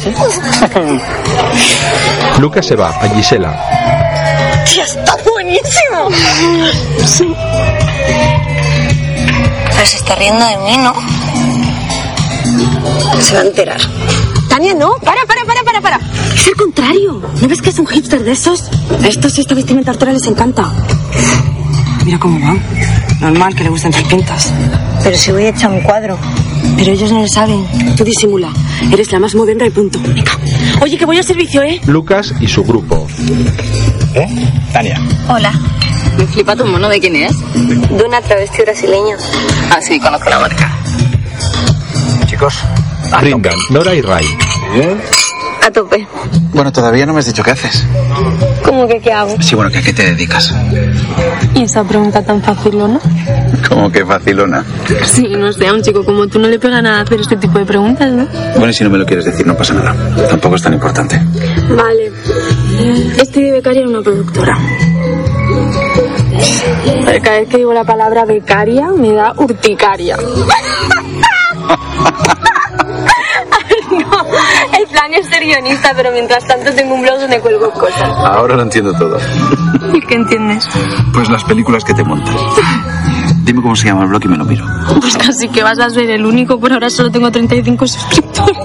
Lucas se va a Gisela. ¡Tía, está buenísimo! Sí. Pero se está riendo de mí, ¿no? Se va a enterar. Tania, no, para, para, para, para, para. Es al contrario. ¿No ves que es un hipster de esos? A estos esta vestimenta altura les encanta. Mira cómo van. Normal que le gusten tus pintas. Pero si voy a echar un cuadro. Pero ellos no lo saben. Tú disimula. Eres la más moderna y punto. Venga. Oye, que voy al servicio, ¿eh? Lucas y su grupo. ¿Eh? Tania. Hola. Me flipa tu mono de quién es. De una travesti brasileña. Ah, sí, conozco la marca. Chicos. Ringan, Nora y Ray. A tope. Bueno, todavía no me has dicho qué haces. ¿Cómo que qué hago? Sí, bueno, ¿que ¿a qué te dedicas? ¿Y esa pregunta tan facilona? Como que facilona. Sí, no sé, a un chico como tú no le pega nada hacer este tipo de preguntas, ¿no? Bueno, y si no me lo quieres decir, no pasa nada. Tampoco es tan importante. Vale. Estoy de becaria en una productora. Pero Cada vez que digo la palabra becaria me da urticaria. No, el plan es ser guionista, pero mientras tanto tengo un blog donde cuelgo cosas. Ahora lo entiendo todo. ¿Y qué entiendes? Pues las películas que te montas. Dime cómo se llama el blog y me lo miro. Pues casi que vas a ser el único, por ahora solo tengo 35 suscriptores.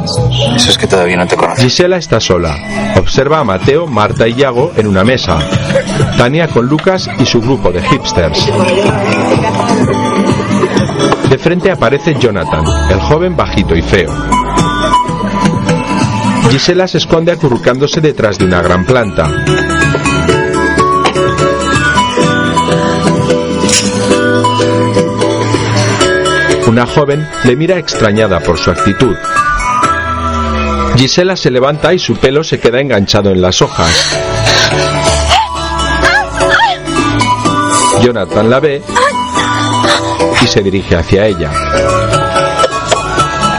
Eso es que todavía no te conozco. Gisela está sola. Observa a Mateo, Marta y Yago en una mesa. Tania con Lucas y su grupo de hipsters. De frente aparece Jonathan, el joven bajito y feo. Gisela se esconde acurrucándose detrás de una gran planta. Una joven le mira extrañada por su actitud. Gisela se levanta y su pelo se queda enganchado en las hojas. Jonathan la ve y se dirige hacia ella.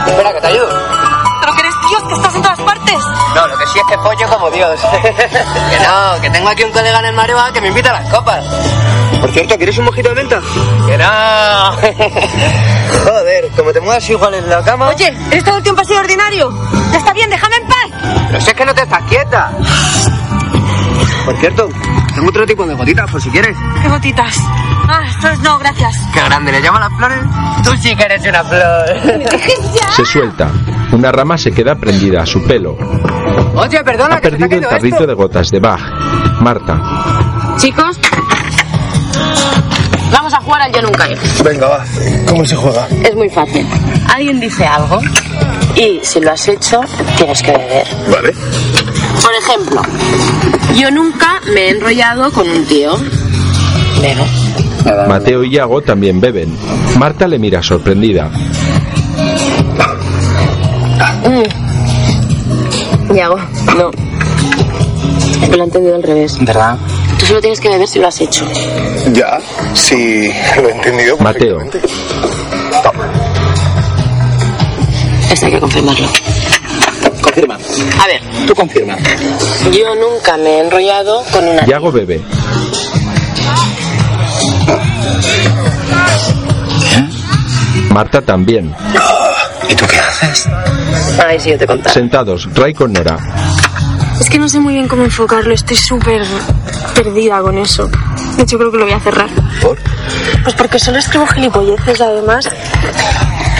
Espera, que te ayudo. Pero que eres Dios, que estás en todas partes. No, lo que sí es que pollo como Dios. que no, que tengo aquí un colega en el Mareva que me invita a las copas. Por cierto, ¿quieres un mojito de menta? Que no. Joder, como te muevas igual en la cama. Oye, eres todo el tiempo así de ordinario. Ya está bien, déjame en paz. Pero si es que no te estás quieta. Por cierto, tengo otro tipo de gotitas, por si quieres. Qué gotitas. Ah, estos no, gracias. Qué grande, ¿le llaman las flores? Tú sí que eres una flor. Se suelta. Una rama se queda prendida a su pelo. Oye, perdona, Ha que se te perdido el ha caído tarrito esto. de gotas de Bach. Marta. Chicos, vamos a jugar al yo nunca ir. Venga, va. ¿Cómo se juega? Es muy fácil. Alguien dice algo y si lo has hecho, tienes que beber. Vale. Por ejemplo, yo nunca me he enrollado con un tío. Bebo. Mateo y Yago también beben. Marta le mira sorprendida. Yago, no. Es que lo he entendido al revés. ¿Verdad? Tú solo tienes que beber si lo has hecho. Ya, sí, lo he entendido. Mateo. Esto hay que confirmarlo. Confirma. A ver, Tú confirma. yo nunca me he enrollado con una... Yago bebe. Marta también. ¿Y tú qué haces? Ay, sí, yo te contaré. Sentados, Ray con Nora. Es que no sé muy bien cómo enfocarlo, estoy súper perdida con eso. De hecho, creo que lo voy a cerrar. ¿Por? Pues porque solo escribo gilipolleces, además.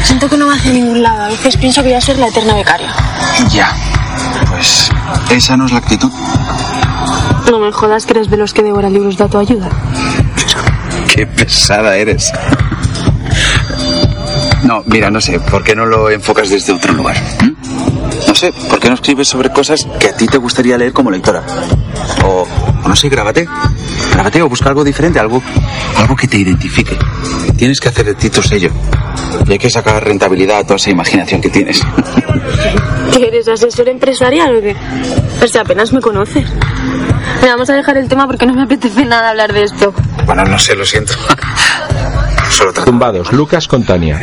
Siento que no me hace ningún lado. A veces pienso que voy a ser la eterna becaria. Ya. Pues esa no es la actitud. No me jodas que eres de los que devora libros de ayuda. Qué pesada eres. No, mira, no sé, ¿por qué no lo enfocas desde otro lugar? ¿Mm? No sé, ¿por qué no escribes sobre cosas que a ti te gustaría leer como lectora? O, o no sé, grábate. Grábate o busca algo diferente, algo, algo que te identifique. Tienes que hacer de ti tu sello. Y hay que sacar rentabilidad a toda esa imaginación que tienes. ¿Qué eres asesor empresarial o qué? Pues si apenas me conoces. Mira, vamos a dejar el tema porque no me apetece nada hablar de esto. Bueno, no sé, lo siento. Solo te... Tumbados, Lucas con Tania.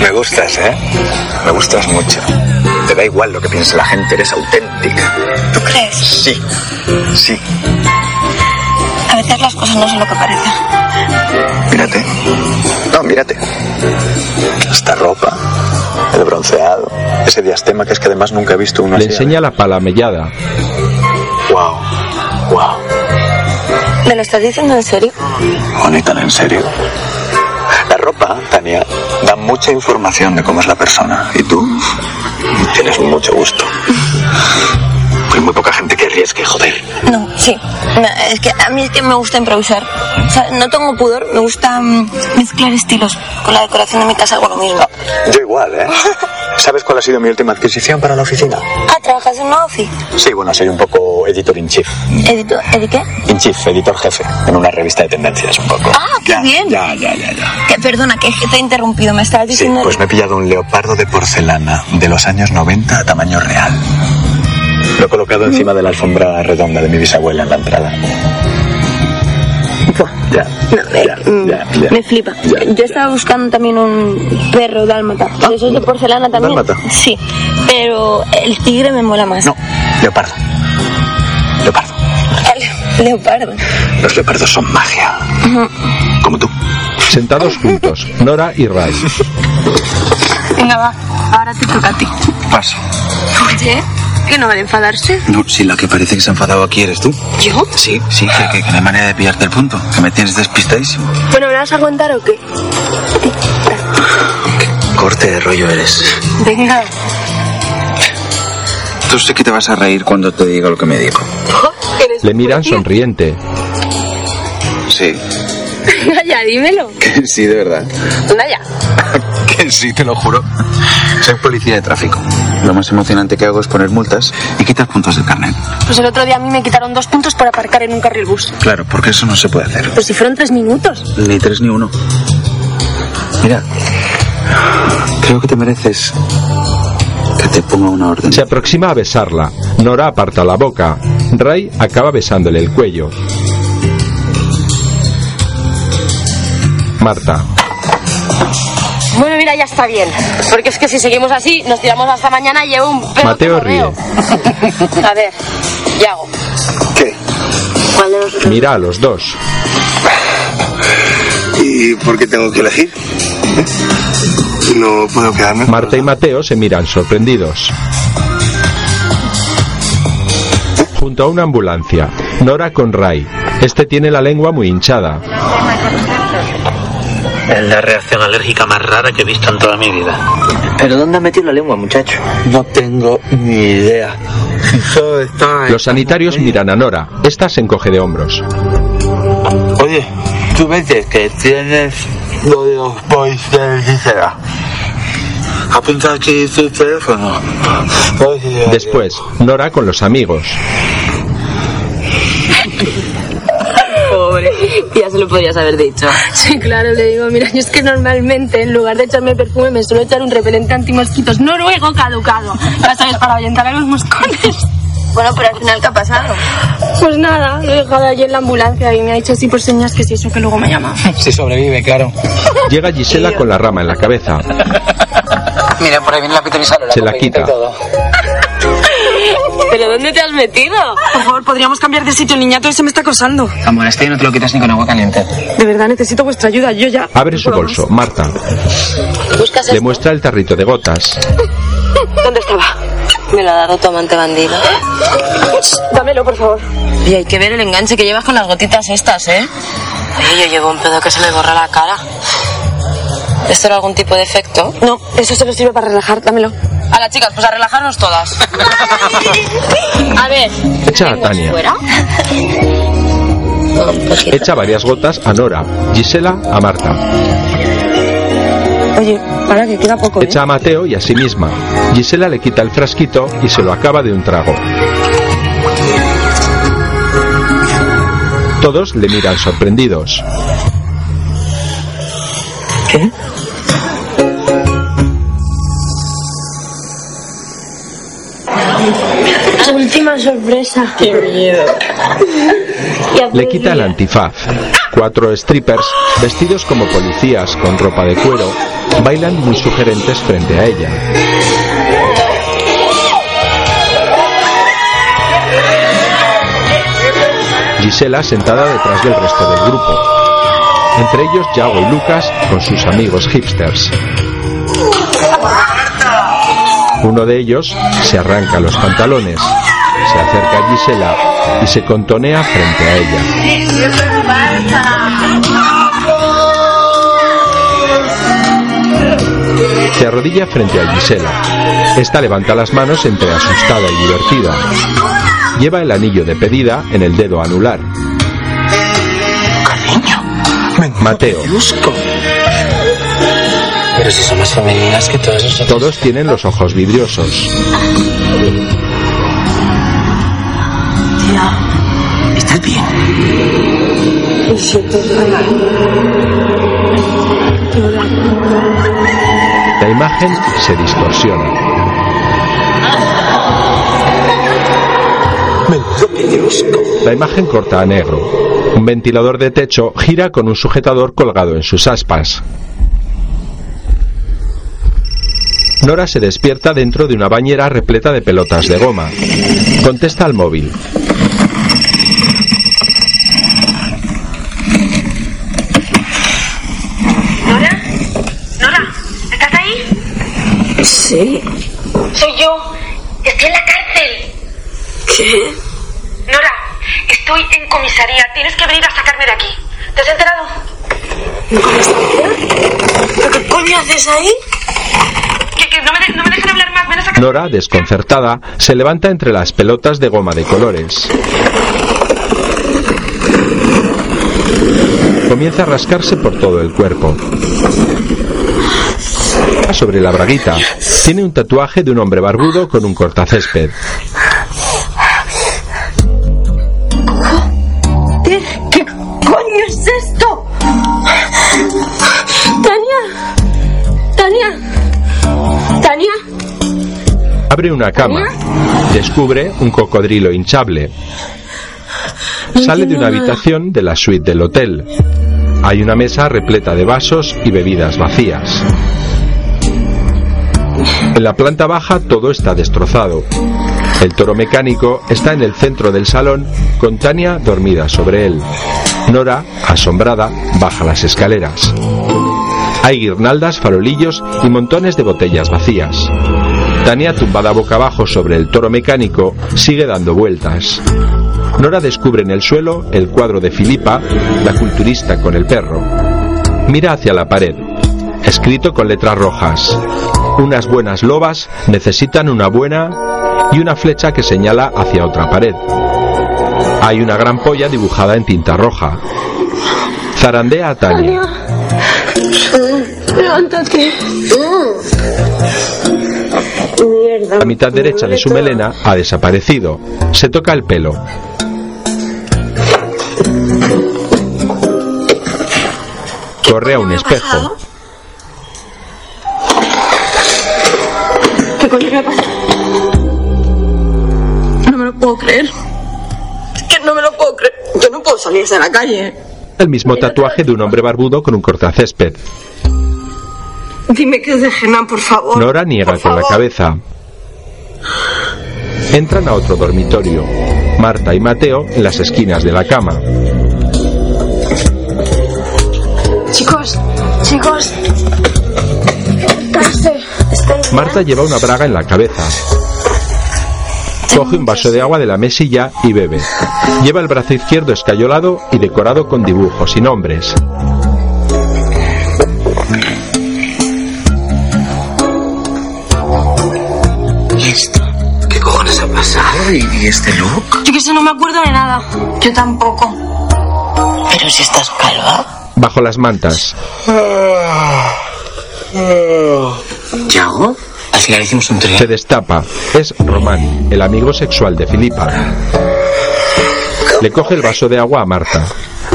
Me gustas, ¿eh? Me gustas mucho. Te da igual lo que piense la gente, eres auténtica. ¿Tú crees? Sí, sí. A veces las cosas no son lo que parecen. Mírate. No, mírate. Esta ropa, el bronceado, ese diastema que es que además nunca he visto uno Le así. enseña la palamellada. Wow, wow. ¿Me lo estás diciendo en serio? Oh, ni tan en serio. La ropa, Tania, da mucha información de cómo es la persona. Y tú tienes mucho gusto. Hay muy poca gente que arriesgue, joder. No, sí. No, es que a mí es que me gusta improvisar. O sea, no tengo pudor, me gusta mm, mezclar estilos. Con la decoración de mi casa hago lo mismo. Yo igual, ¿eh? ¿Sabes cuál ha sido mi última adquisición para la oficina? Ah, ¿trabajas en una ofi? Sí, bueno, soy un poco editor in chief. ¿Edito? ¿Edi qué? In chief, editor jefe, en una revista de tendencias, un poco. Ah, qué bien. Ya, ya, ya, ya. Que, perdona, que te he interrumpido, me estabas Sí, diciendo... pues me he pillado un leopardo de porcelana de los años 90 a tamaño real. Lo he colocado encima de la alfombra redonda de mi bisabuela en la entrada. Ya, ya, mm, ya, ya. mm, Me flipa. Yo estaba buscando también un perro dálmata. De esos de porcelana también. ¿Dálmata? Sí. Pero el tigre me mola más. No, leopardo. Leopardo. El leopardo. Los leopardos son magia. Ujú. Sentados juntos, Nora y Ray. Venga, va. Ahora te toca a ti. Paso. Oye, que no van a enfadarse. No, si la que parece que se ha enfadado aquí eres tú. ¿Yo? Sí, sí, que, que, que no hay manera de pillarte el punto. Que me tienes despistadísimo. Bueno, ¿me vas a contar o qué? Corte de rollo eres. Venga. Tú sé que te vas a reír cuando te diga lo que me dijo. Le miran sonriente. Sí, Vaya, dímelo. que sí, de verdad. Anda ya. Que sí, te lo juro. Soy policía de tráfico. Lo más emocionante que hago es poner multas y quitar puntos del carnet. Pues el otro día a mí me quitaron dos puntos por aparcar en un carril bus. Claro, porque eso no se puede hacer. Pues si fueron tres minutos. Ni tres ni uno. Mira, creo que te mereces que te ponga una orden. Se aproxima a besarla. Nora aparta la boca. Ray acaba besándole el cuello. Marta. Bueno, mira, ya está bien. Porque es que si seguimos así, nos tiramos hasta mañana y llevo un pelo Mateo ríe. torneo. A ver, Yago. ¿Qué? ¿Cuál de los Mira a los dos. ¿Y por qué tengo que elegir? No puedo quedarme. Marta y Mateo se miran sorprendidos. Junto a una ambulancia, Nora con Ray. Este tiene la lengua muy hinchada. Es la reacción alérgica más rara que he visto en toda mi vida. ¿Pero dónde has metido la lengua, muchacho? No tengo ni idea. Los sanitarios miran a Nora. Esta se encoge de hombros. Oye, tú vete que tienes lo de los boys de Gisela. Apunta aquí tu teléfono. Oye, Después, Nora con los amigos. Pobre, ya se lo podrías haber dicho. Sí, claro, le digo, mira, yo es que normalmente en lugar de echarme perfume me suelo echar un repelente antimosquitos noruego caducado. Ya sabes, para ahuyentar a los moscones. Bueno, pero al final, ¿qué ha pasado? Pues nada, lo he dejado allí en la ambulancia y me ha dicho así por señas que sí, eso que luego me llama. Si sobrevive, claro. Llega Gisela con la rama en la cabeza. Mira, por ahí viene la pitonisalora. Se la quita. ¿Pero dónde te has metido? Por favor, podríamos cambiar de sitio. El niñato ese me está acosando. Amor, este no te lo quitas ni con agua caliente. De verdad, necesito vuestra ayuda. Yo ya... Abre su bolso. Marta. Le muestra el tarrito de gotas. ¿Dónde estaba? Me lo ha dado tu amante bandido. Dámelo, por favor. Y hay que ver el enganche que llevas con las gotitas estas, ¿eh? Oye, yo llevo un pedo que se me borra la cara. ¿Esto era algún tipo de efecto? No, eso se lo sirve para relajar. Dámelo. A las chicas, pues a relajarnos todas. A ver. Echa a Tania. ¿Fuera? Echa varias gotas a Nora. Gisela a Marta. Oye, para que queda poco, ¿eh? Echa a Mateo y a sí misma. Gisela le quita el frasquito y se lo acaba de un trago. Todos le miran sorprendidos. ¿Qué? Última sorpresa. Qué miedo. Le quita el antifaz. Cuatro strippers, vestidos como policías con ropa de cuero, bailan muy sugerentes frente a ella. Gisela sentada detrás del resto del grupo. Entre ellos Yago y Lucas con sus amigos hipsters. Uno de ellos se arranca los pantalones, se acerca a Gisela y se contonea frente a ella. Se arrodilla frente a Gisela. Esta levanta las manos entre asustada y divertida. Lleva el anillo de pedida en el dedo anular. Mateo. Pero si son más femeninas que todos nosotros. Todos tienen los ojos vidriosos. ¿Estás bien? La imagen se distorsiona. La imagen corta a negro. Un ventilador de techo gira con un sujetador colgado en sus aspas. Nora se despierta dentro de una bañera repleta de pelotas de goma. Contesta al móvil. ¿Nora? ¿Nora? ¿Estás ahí? Sí. Soy yo. Estoy en la cárcel. ¿Qué? Nora, estoy en comisaría. Tienes que venir a sacarme de aquí. ¿Te has enterado? ¿Pero qué coño haces ahí? Que, que no, me de- no me dejan hablar más. Ven a sacarme. Nora, desconcertada, se levanta entre las pelotas de goma de colores. Comienza a rascarse por todo el cuerpo. Sobre la braguita tiene un tatuaje de un hombre barbudo con un cortacésped. ¿Qué, qué coño es esto? Tania, Tania, Tania. Abre una cama. Descubre un cocodrilo hinchable. Sale de una habitación de la suite del hotel. Hay una mesa repleta de vasos y bebidas vacías. En la planta baja todo está destrozado. El toro mecánico está en el centro del salón con Tania dormida sobre él. Nora, asombrada, baja las escaleras. Hay guirnaldas, farolillos y montones de botellas vacías. Tania, tumbada boca abajo sobre el toro mecánico, sigue dando vueltas. Nora descubre en el suelo el cuadro de Filipa, la culturista con el perro. Mira hacia la pared, escrito con letras rojas. Unas buenas lobas necesitan una buena y una flecha que señala hacia otra pared. Hay una gran polla dibujada en tinta roja. Zarandea a Tania. Levántate. Mierda. La mitad derecha de su melena ha desaparecido. Se toca el pelo. Corre a un espejo. ¿Qué coño me ha pasado? No me lo puedo creer. Es que no me lo puedo creer. Yo no puedo salir a la calle. El mismo tatuaje de un hombre barbudo con un cortacésped. Dime que es de Genan, por favor. Nora niega con la cabeza. Entran a otro dormitorio. Marta y Mateo en las esquinas de la cama. Chicos, chicos. Cárcel. Marta lleva una braga en la cabeza. Coge un vaso de agua de la mesilla y bebe. Lleva el brazo izquierdo escayolado y decorado con dibujos y nombres. ¿Y esto? ¿Qué cojones ha pasado? ¿Y, y este look? Yo que sé, no me acuerdo de nada. Yo tampoco. Pero si estás calva. Bajo las mantas. ¿Yago? Al final hicimos un trío. Se destapa. Es Román, el amigo sexual de Filipa. Le coge el vaso de agua a Marta.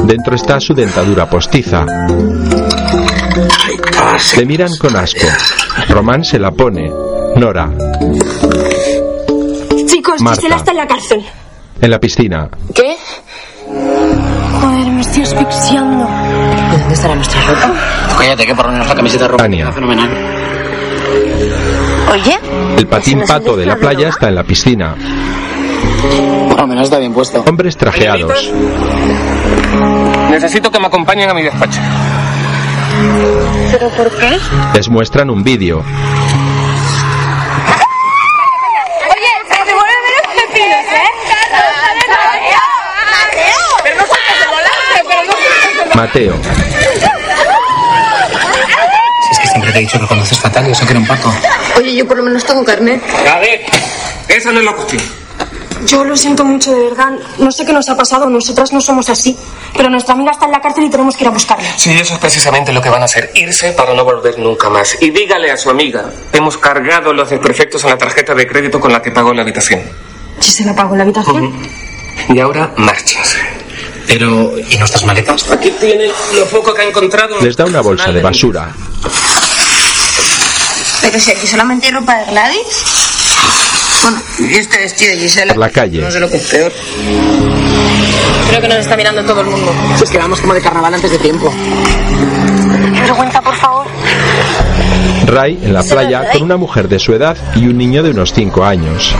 Dentro está su dentadura postiza. Le miran con asco. Román se la pone. Nora, Chicos, Marta. Gisela está en la cárcel. en la piscina. ¿Qué? Joder, me estoy asfixiando. ¿Dónde estará nuestra ropa? Cállate, que por ponernos la camiseta roja. Está fenomenal. Oye, El patín pato de la playa está en la piscina. Por lo menos está bien puesto. Hombres trajeados. Necesito que me acompañen a mi despacho. ¿pero por qué? Les muestran un vídeo. Oye, se te vuelven menos pepinos, ¿eh? Pero no saques el volante, pero no Mateo. Si es que siempre te he dicho que conduces fatal, yo sé que era un pato. Oye, yo por lo menos tengo carnet. A ver, esa no es la cuestión. Yo lo siento mucho, de verdad. No sé qué nos ha pasado, nosotras no somos así. Pero nuestra amiga está en la cárcel y tenemos que ir a buscarla. Sí, eso es precisamente lo que van a hacer, irse para no volver nunca más. Y dígale a su amiga, hemos cargado los desperfectos en la tarjeta de crédito con la que pagó la habitación. Gisela apagó la habitación. Y ahora, márchense. Pero, ¿y nuestras maletas? Aquí tienen lo poco que ha encontrado. Les da una bolsa de basura. Pero si aquí solamente hay ropa de Gladys. Bueno, y este vestido de Gisela. Por la calle. No sé lo que es peor. Creo que nos está mirando todo el mundo. Si es que vamos como de carnaval antes de tiempo. Qué vergüenza, por favor. Ray en la playa con una mujer de su edad y un niño de unos 5 años.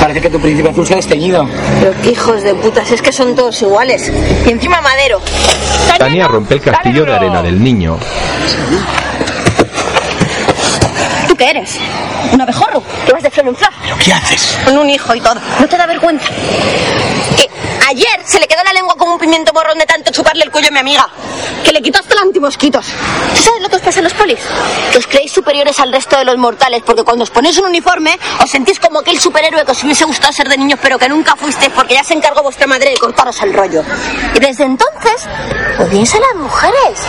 Parece que tu príncipe azul se ha desteñido. Pero qué hijos de putas, es que son todos iguales. Y encima madero. Tania rompe el castillo de arena del niño. ¿Tú qué eres? ¿Un abejorro? ¿Que vas de flor en flor? ¿Pero qué haces? Con un hijo y todo. ¿No te da vergüenza? Que ayer se le quedó la lengua como un pimiento morrón de tanto chuparle el cuello a mi amiga. Que le quitó hasta el antimosquitos. ¿Tú sabes lo que os pasa a los polis? Que os creéis superiores al resto de los mortales porque cuando os ponéis un uniforme os sentís como aquel superhéroe que os hubiese gustado ser de niños pero que nunca fuisteis porque ya se encargó vuestra madre de cortaros el rollo. Y desde entonces odiáis a las mujeres.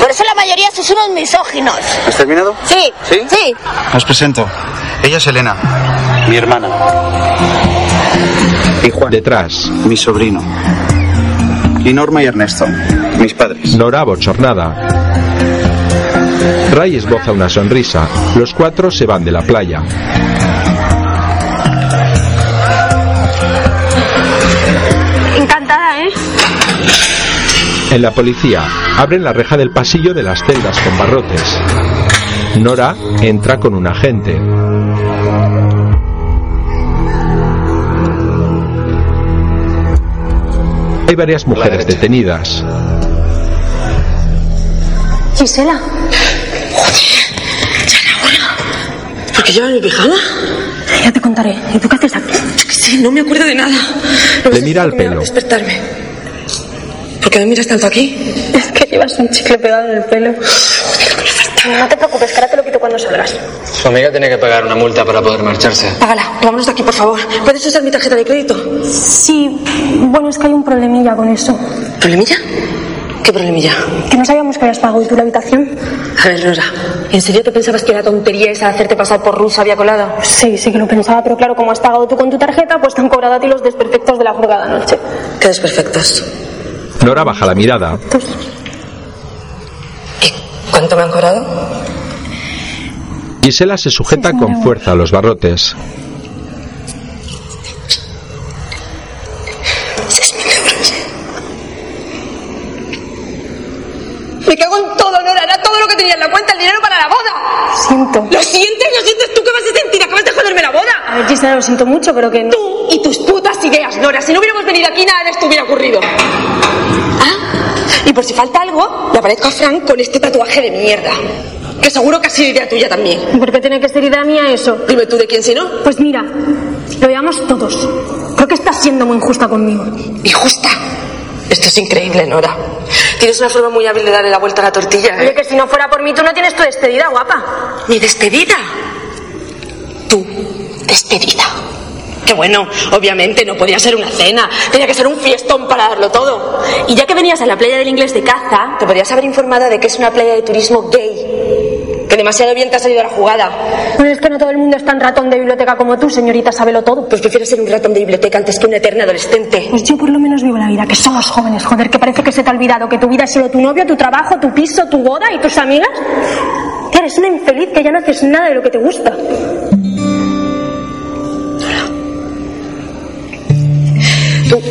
Por eso la mayoría sois unos misóginos. ¿Has terminado? Sí. ¿Sí? Sí. Os presento. Ella es Elena, mi hermana. Y Juan. Detrás. Mi sobrino. Y Norma y Ernesto, mis padres. Nora bochornada. Ray esboza una sonrisa. Los cuatro se van de la playa. Encantada, ¿eh? En la policía abren la reja del pasillo de las celdas con barrotes. Nora entra con un agente. Hay varias mujeres detenidas. Gisela. ¿Por qué llevas mi pijama? Ya te contaré. ¿Y tú qué haces aquí? Sí, no me acuerdo de nada. No Le sé mira por al qué me hago pelo. despertarme. ¿Por qué me miras tanto aquí? Es que llevas un chicle pegado en el pelo. No te preocupes, que ahora te lo quito cuando salgas. Su amiga tiene que pagar una multa para poder marcharse. Págala, vámonos de aquí, por favor. ¿Puedes usar mi tarjeta de crédito? Sí, bueno, es que hay un problemilla con eso. ¿Problemilla? ¿Qué problemilla? Que no sabíamos que habías pagado tú la habitación. A ver, Nora, ¿en serio te pensabas que la tontería esa de hacerte pasar por rusa había colado? Sí, sí que lo pensaba, pero claro, como has pagado tú con tu tarjeta, pues te han cobrado a ti los desperfectos de la jugada anoche. Qué desperfectos. Nora baja la mirada. ¿Cuánto me han cobrado? Gisela se sujeta con fuerza a los barrotes. 6.000 euros. Me cago en todo, Nora, era todo lo que tenía en la cuenta, el dinero para la boda. Siento. ¿Lo sientes? ¿Lo sientes tú que vas a hacer ver, Gisela, lo siento mucho, pero que no. Tú y tus putas ideas, Nora. Si no hubiéramos venido aquí, nada de esto hubiera ocurrido. Ah, y por si falta algo, le aparezco a Frank con este tatuaje de mierda. Que seguro que ha sido idea tuya también. ¿Por qué tiene que ser idea mía eso? Dime tú de quién, si no. Pues mira, lo llevamos todos. Creo que estás siendo muy injusta conmigo. ¿Injusta? Esto es increíble, Nora. Tienes una forma muy hábil de darle la vuelta a la tortilla. ¿eh? Oye, que si no fuera por mí, tú no tienes tu despedida, guapa. ¿Mi despedida? Tú, despedida. Que bueno, obviamente no podía ser una cena, tenía que ser un fiestón para darlo todo. Y ya que venías a la playa del inglés de caza, te podrías haber informado de que es una playa de turismo gay. Que demasiado bien te ha salido la jugada. Bueno, es que no todo el mundo es tan ratón de biblioteca como tú, señorita, sábelo todo. Pues prefiero ser un ratón de biblioteca antes que un eterno adolescente. Pues yo por lo menos vivo la vida, que somos jóvenes, joder, que parece que se te ha olvidado que tu vida ha sido tu novio, tu trabajo, tu piso, tu boda y tus amigas. Que eres una infeliz que ya no haces nada de lo que te gusta. Tú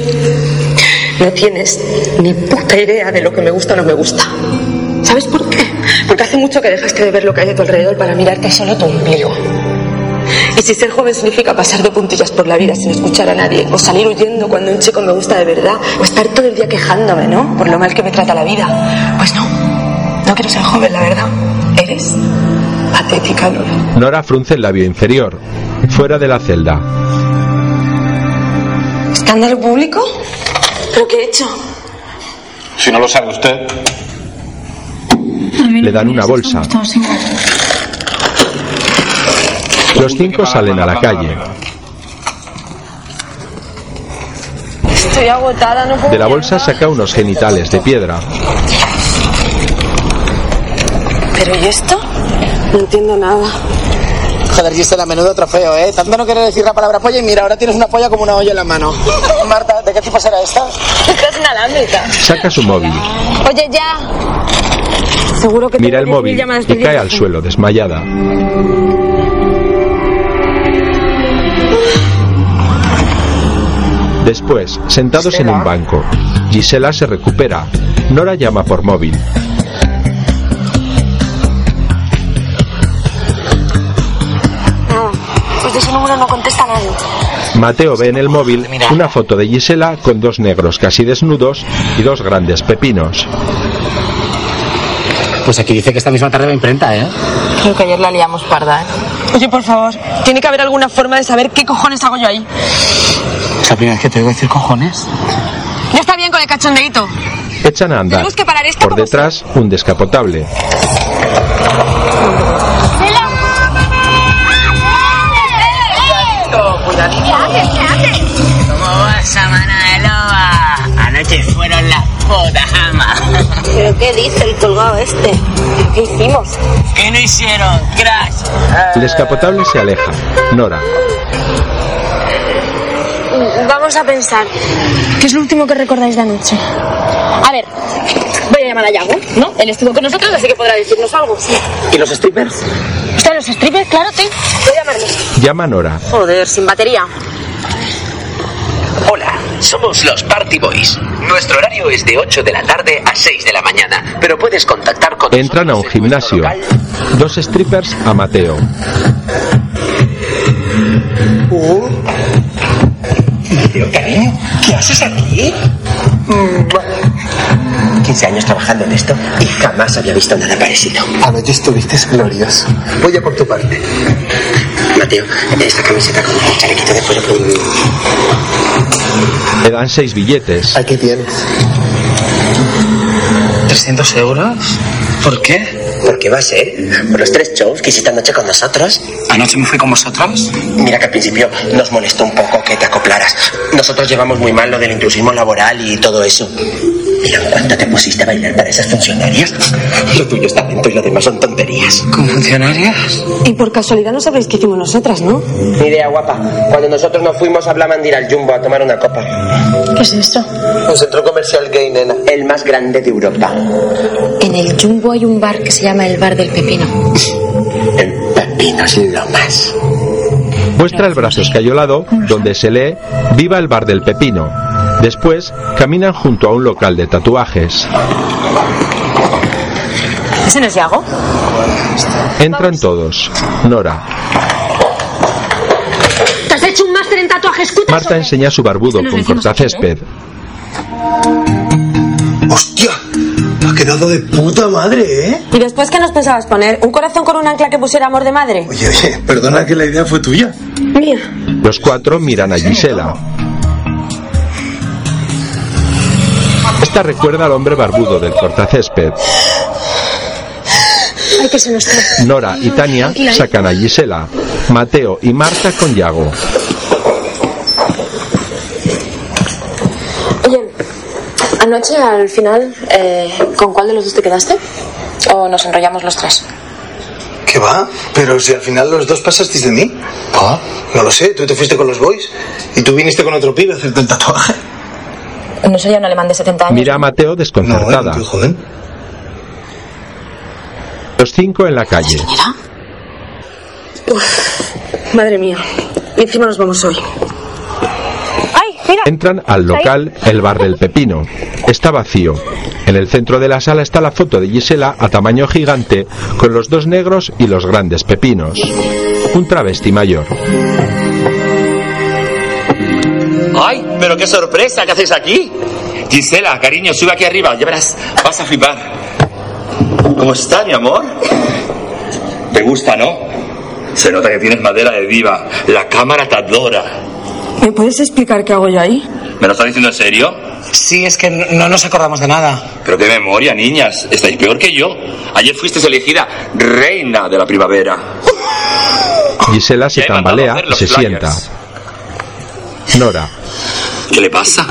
no tienes ni puta idea de lo que me gusta o no me gusta. ¿Sabes por qué? Porque hace mucho que dejaste de ver lo que hay a tu alrededor para mirarte solo tu ombligo. Y si ser joven significa pasar de puntillas por la vida sin escuchar a nadie, o salir huyendo cuando un chico me gusta de verdad, o estar todo el día quejándome, ¿no? Por lo mal que me trata la vida. Pues no, no quiero ser joven, la verdad. Eres patética, Lola. Nora frunce el labio inferior, fuera de la celda. ¿Escándalo público? ¿Pero qué he hecho? Si no lo sabe usted. Le dan una bolsa. Los cinco salen a la calle. Estoy agotada, no puedo. De la bolsa saca unos genitales de piedra. ¿Pero y esto? No entiendo nada. Joder, Gisela, menudo trofeo, ¿eh? Tanto no querer decir la palabra polla y mira, ahora tienes una polla como una olla en la mano. Marta, ¿de qué tipo será esta? Esta es inalámbrica. Saca su móvil, Oye, ya. Seguro que te mira el mereces móvil mil llamadas y cae perdidas. al suelo desmayada. Después, sentados en un banco, Gisela se recupera. Nora llama por móvil. Pues de ese número no contesta nadie. Mateo ve en el móvil una foto de Gisela con dos negros casi desnudos y dos grandes pepinos. Pues aquí dice que esta misma tarde va a imprenta, ¿eh? Creo que ayer la liamos parda, ¿eh? Oye, por favor, tiene que haber alguna forma de saber qué cojones hago yo ahí. Es la primera vez que te oigo decir cojones. Ya está bien con el cachondeito. Echan a andar. Tenemos que parar esto Por detrás, un descapotable. ¿Cómo vas, Amana de Loba? Anoche fueron las putas, ama. ¿Pero qué dice el colgado este? ¿Qué hicimos? ¿Qué no hicieron, crash? El descapotable se aleja. Nora, Vamos a pensar. ¿Qué es lo último que recordáis de anoche? A ver, voy a llamar a Yago, ¿no? Él estuvo con nosotros, así que podrá decirnos algo. ¿Y los strippers? O sea, los strippers, claro, sí. Voy a llamarle. llama a Nora. Joder, sin batería. Hola, somos los Party Boys. Nuestro horario es de 8 de la tarde a 6 de la mañana, pero puedes contactar con Entran a un gimnasio. Dos strippers a Mateo. Pero cariño, ¿qué haces aquí? 15 Mm, años trabajando en esto y jamás había visto nada parecido. Anoche estuviste glorioso. Voy a por tu parte. Mateo, esta camiseta con un chalequito de cuero Le dan seis billetes. Aquí tienes. ¿300 euros? ¿Por qué? Porque va a ser por los tres shows que hiciste anoche con nosotros. ¿Anoche me fui con vosotros? Mira que al principio nos molestó un poco que te acoplaras. Nosotros llevamos muy mal lo del inclusismo laboral y todo eso. Mira, ¿cuánto te pusiste a bailar para esas funcionarias? Lo tuyo es talento y lo demás son tonterías. ¿Con funcionarias? Y por casualidad no sabréis qué hicimos nosotras, ¿no? Ni idea guapa. Cuando nosotros nos fuimos hablaban de ir al Jumbo a tomar una copa. ¿Qué es eso? Un centro comercial gay, nena. El más grande de Europa. En el Jumbo hay un bar que se llama el Bar del Pepino. Pepino sin lo más. Muestra el brazo escayolado, donde se lee Viva el bar del pepino. Después, caminan junto a un local de tatuajes. ¿Ese no es Yago? Entran todos. Nora, Marta enseña su barbudo Nos con decimos cortacésped. ¡Hostia! Ha quedado de puta madre, ¿eh? ¿Y después qué nos pensabas poner? ¿Un corazón con un ancla que pusiera amor de madre? Oye, oye, perdona que la idea fue tuya. Mía. Los cuatro miran a Gisela. Esta recuerda al hombre barbudo del cortacésped. Ay, que se nos trae. Nora y Tania sacan a Gisela. Mateo y Marta con Yago. Oye, anoche al final, eh, ¿con cuál de los dos te quedaste? ¿O nos enrollamos los tres? ¿Qué va? Pero si al final los dos pasasteis de mí. Ah. No lo sé, tú te fuiste con los boys y tú viniste con otro pibe a hacerte el tatuaje. No soy ya un alemán de 70 años. Mira a Mateo desconcertada. Los cinco en la calle. Madre mía. Y encima nos vamos hoy. ¡Ay, mira! Entran al local El Bar del Pepino. Está vacío. En el centro de la sala está la foto de Gisela a tamaño gigante con los dos negros y los grandes pepinos. Un travesti mayor. ¡Ay! ¡Pero qué sorpresa! ¿Qué hacéis aquí? Gisela, cariño, sube aquí arriba. Ya verás, vas a flipar. ¿Cómo está, mi amor? ¿Te gusta, no? Se nota que tienes madera de diva. La cámara te adora. ¿Me puedes explicar qué hago yo ahí? ¿Me lo estás diciendo en serio? Sí, es que no, no nos acordamos de nada. Pero qué memoria, niñas. Estáis peor que yo. Ayer fuisteis elegida reina de la primavera. Gisela se tambalea y se sienta. Nora. ¿Qué le pasa?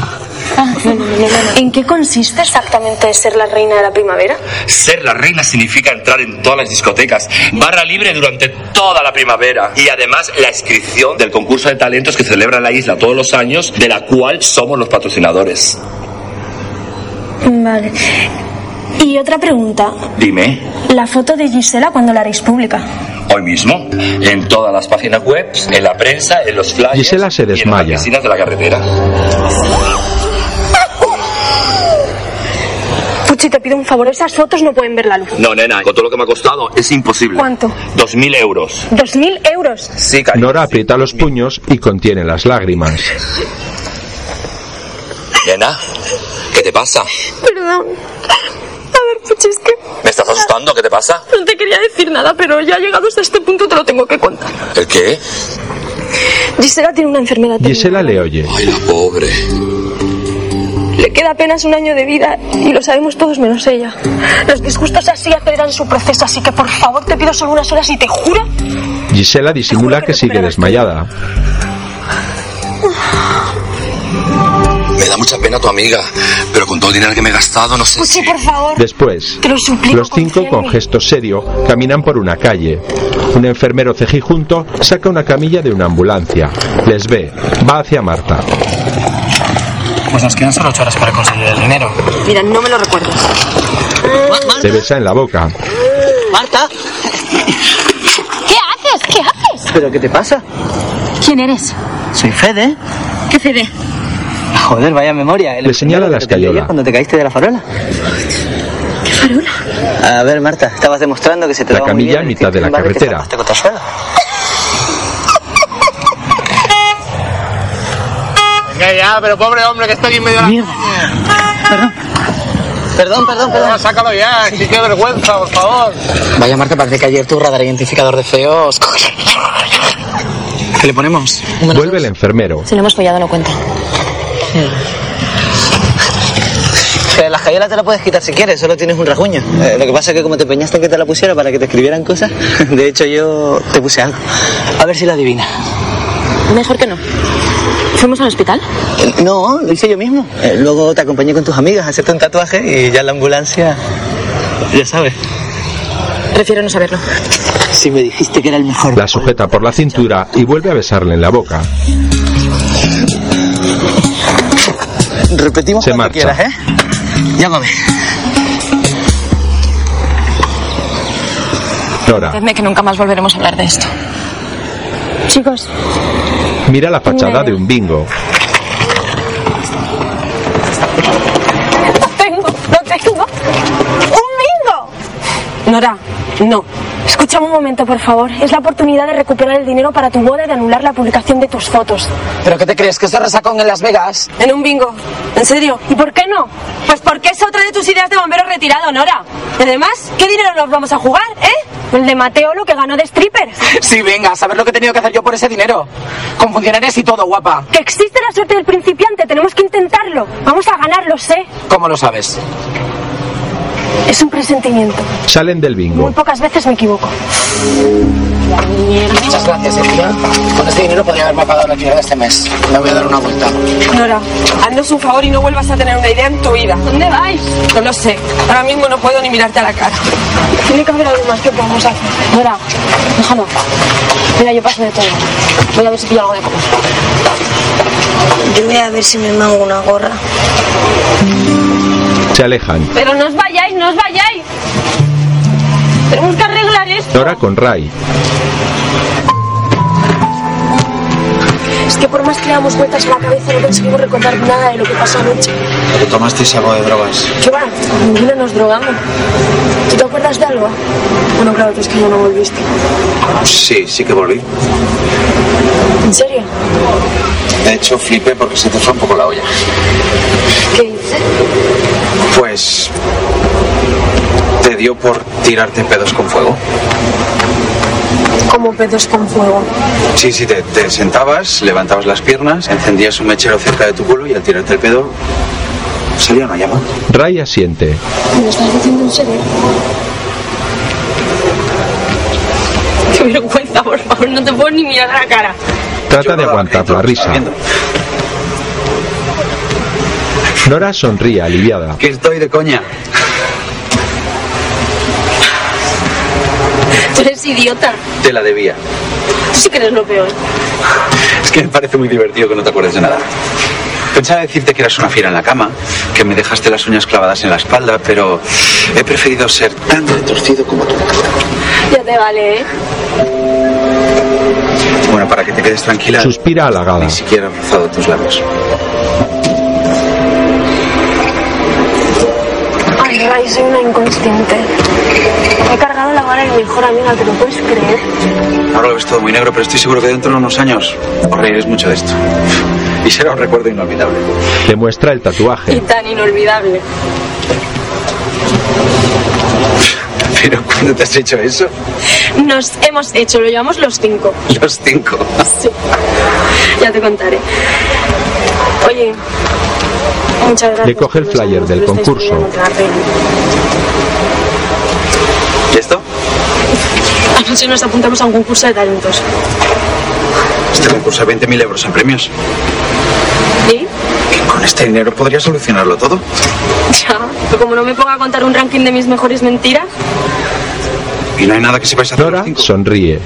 ¿En qué consiste exactamente ser la reina de la primavera? Ser la reina significa entrar en todas las discotecas, barra libre durante toda la primavera y además la inscripción del concurso de talentos que celebra la isla todos los años, de la cual somos los patrocinadores. Vale. Y otra pregunta. Dime, La foto de Gisela cuando la haréis pública. hoy mismo, en todas las páginas web, en la prensa, en los flyers Gisela se y en las desmaya. vecinas de la carretera. Puchi, te pido un favor, esas fotos no pueden ver la luz. No, nena, con todo lo que me ha costado es imposible. ¿Cuánto? Dos mil euros. Dos mil euros. Nora aprieta los puños y contiene las lágrimas. Nena, ¿qué te pasa? Perdón. A ver, Puchi, es que ¿Me estás asustando? ¿Qué te pasa? no te quería decir nada, pero ya llegados a este punto te lo tengo que contar. ¿El qué? Gisela tiene una enfermedad. Gisela le oye. Ay, la pobre. Le queda apenas un año de vida y lo sabemos todos menos ella. Los disgustos así aceleran su proceso, así que por favor te pido solo unas horas y te juro. Gisela disimula que sigue desmayada. Me da mucha pena tu amiga, pero con todo el dinero que me he gastado, no sé. Pues Puchi, por favor. Después, Te lo suplico, los cinco confía en con mí. gesto serio caminan por una calle. Un enfermero cejijunto saca una camilla de una ambulancia. Les ve, va hacia Marta. Pues nos quedan solo ocho horas para conseguir el dinero. Mira, no me lo recuerdo. Le besa en la boca. Marta. ¿Qué haces? ¿Qué haces? ¿Pero qué te pasa? ¿Quién eres? Soy Fede. ¿Qué CD? Joder, vaya memoria. eh, Le señala la escayola. Cuando te caíste de la farola. ¿Qué farola? A ver, Marta, estabas demostrando que se te La daba muy camilla bien en el mitad de la timbre, que carretera. zapaste contra el suelo. Venga ya, pero pobre hombre que está aquí en medio de la... Perdón, perdón, perdón. sácalo ya, sí qué vergüenza, por favor. Vaya, Marta, parece que ayer tu radar identificador de feos. ¿Qué le ponemos? Vuelve el enfermero. Si lo hemos follado, no cuenta. La jayola Pues te la puedes quitar si quieres, solo tienes un rasguño. Eh, lo que pasa es que como te peñaste en que te la pusiera para que te escribieran cosas, de hecho yo te puse algo. A ver si la adivina. Mejor que no. ¿Fuimos al hospital? Eh, No, lo hice yo mismo. Eh, Luego te acompañé con tus amigas a hacerte un tatuaje y ya en la ambulancia. Ya sabes. Prefiero no saberlo. Si me dijiste que era el mejor. La sujeta por la cintura y vuelve a besarle en la boca. Repetimos Se marcha. quieras, ¿eh? Llámame. Nora Prometedme que nunca más volveremos a hablar de esto. Chicos, mira la fachada de un bingo. No tengo, no tengo. ¡Un bingo! Nora, no. Escúchame un momento, por favor. Es la oportunidad de recuperar el dinero para tu boda y de anular la publicación de tus fotos. ¿Pero qué te crees? ¿Que esto resacón en Las Vegas? En un bingo. ¿En serio? ¿Y por qué no? Pues porque es otra de tus ideas de bombero retirado, Nora. Y Además, ¿qué dinero nos vamos a jugar, eh? El de Mateo, lo que ganó de stripper. Sí, venga, a saber lo que he tenido que hacer yo por ese dinero. Con funcionarios y todo, guapa. Que existe la suerte del principiante, tenemos que intentarlo. Vamos a ganarlo, sé. ¿Cómo lo sabes? Es un presentimiento. Salen del bingo. Muy pocas veces me equivoco. Muchas gracias, Silvia. Con este dinero podría haberme pagado la alquiler de este mes. Me voy a dar una vuelta. Nora, haznos un favor y no vuelvas a tener una idea en tu vida. ¿Dónde vais? No lo sé. Ahora mismo no puedo ni mirarte a la cara. Tiene que haber algo más que podamos hacer. Nora, déjalo. Mira, yo paso de todo. Voy a ver si pillo algo de comer. Yo voy a ver si me mango una gorra. Se alejan. Pero no os vayáis, no os vayáis. Tenemos que arreglar esto. Nora con Ray. Es que por más que le damos vueltas a la cabeza no conseguimos recordar nada de lo que pasó anoche. Pero tomasteis algo de drogas. ¿Qué va? Ninguna nos drogamos. ¿Tú te acuerdas de algo? Bueno, claro, tú es que ya no volviste. Sí, sí que volví. ¿En serio? De hecho, flipé porque se te fue un poco la olla. ¿Qué dices? Pues... ¿Te dio por tirarte pedos con fuego? Como pedos con fuego. Sí, sí, te, te sentabas, levantabas las piernas, encendías un mechero cerca de tu culo y al tirarte el pedo salía una llama. Ray asiente. ¿Me lo estás diciendo en serio? Qué vergüenza, por favor, no te puedo ni mirar a la cara. Trata de aguantar la risa. Nora sonríe aliviada. Que estoy de coña. Tú eres idiota. Te la debía. Tú sí que eres lo peor. Es que me parece muy divertido que no te acuerdes de nada. Pensaba decirte que eras una fiera en la cama, que me dejaste las uñas clavadas en la espalda, pero he preferido ser tan retorcido como tú. Ya te vale, ¿eh? Bueno, para que te quedes tranquila. pues, Suspira halagada. Ni siquiera he rozado tus labios. Ay, Ray, soy una inconsciente. He cargado la vara de mi mejor amiga, ¿te lo puedes creer? Ahora lo ves todo muy negro, pero estoy seguro que dentro de unos años os reiréis mucho de esto. Y será un recuerdo inolvidable. Le muestra el Y tatuaje. tan inolvidable. Pero cuando te has hecho eso, Nos hemos hecho, lo llevamos los cinco. los cinco. Sí. Ya te contaré. Oye, muchas gracias. Le coge el flyer del concurso. ¿Y esto? Anoche nos apuntamos a un concurso de talentos. Este concurso de 20.000 euros en premios. ¿Sí? Con este dinero podría solucionarlo todo. Ya. Pero como no me ponga a contar un ranking de mis mejores mentiras, Y no hay nada que sepáis hacer. Nora sonríe.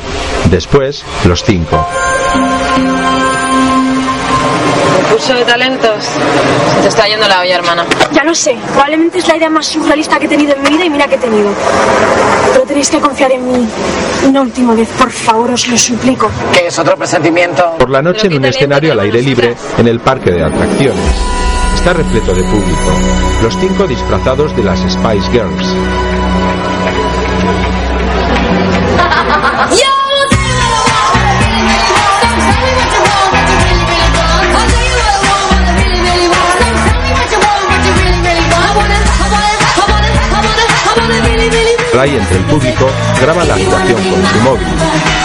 Después, los cinco. Curso de talentos. Se te está yendo la olla, hermana. Ya lo sé, probablemente es la idea más surrealista que he tenido en mi vida y mira que he tenido. Pero tenéis que confiar en mí. Una última vez, por favor, os lo suplico. Que es otro presentimiento. Por la noche en un escenario al aire libre en el parque de atracciones. Está repleto de público. Los cinco disfrazados de las Spice Girls. Ray entre el público graba la actuación con su móvil.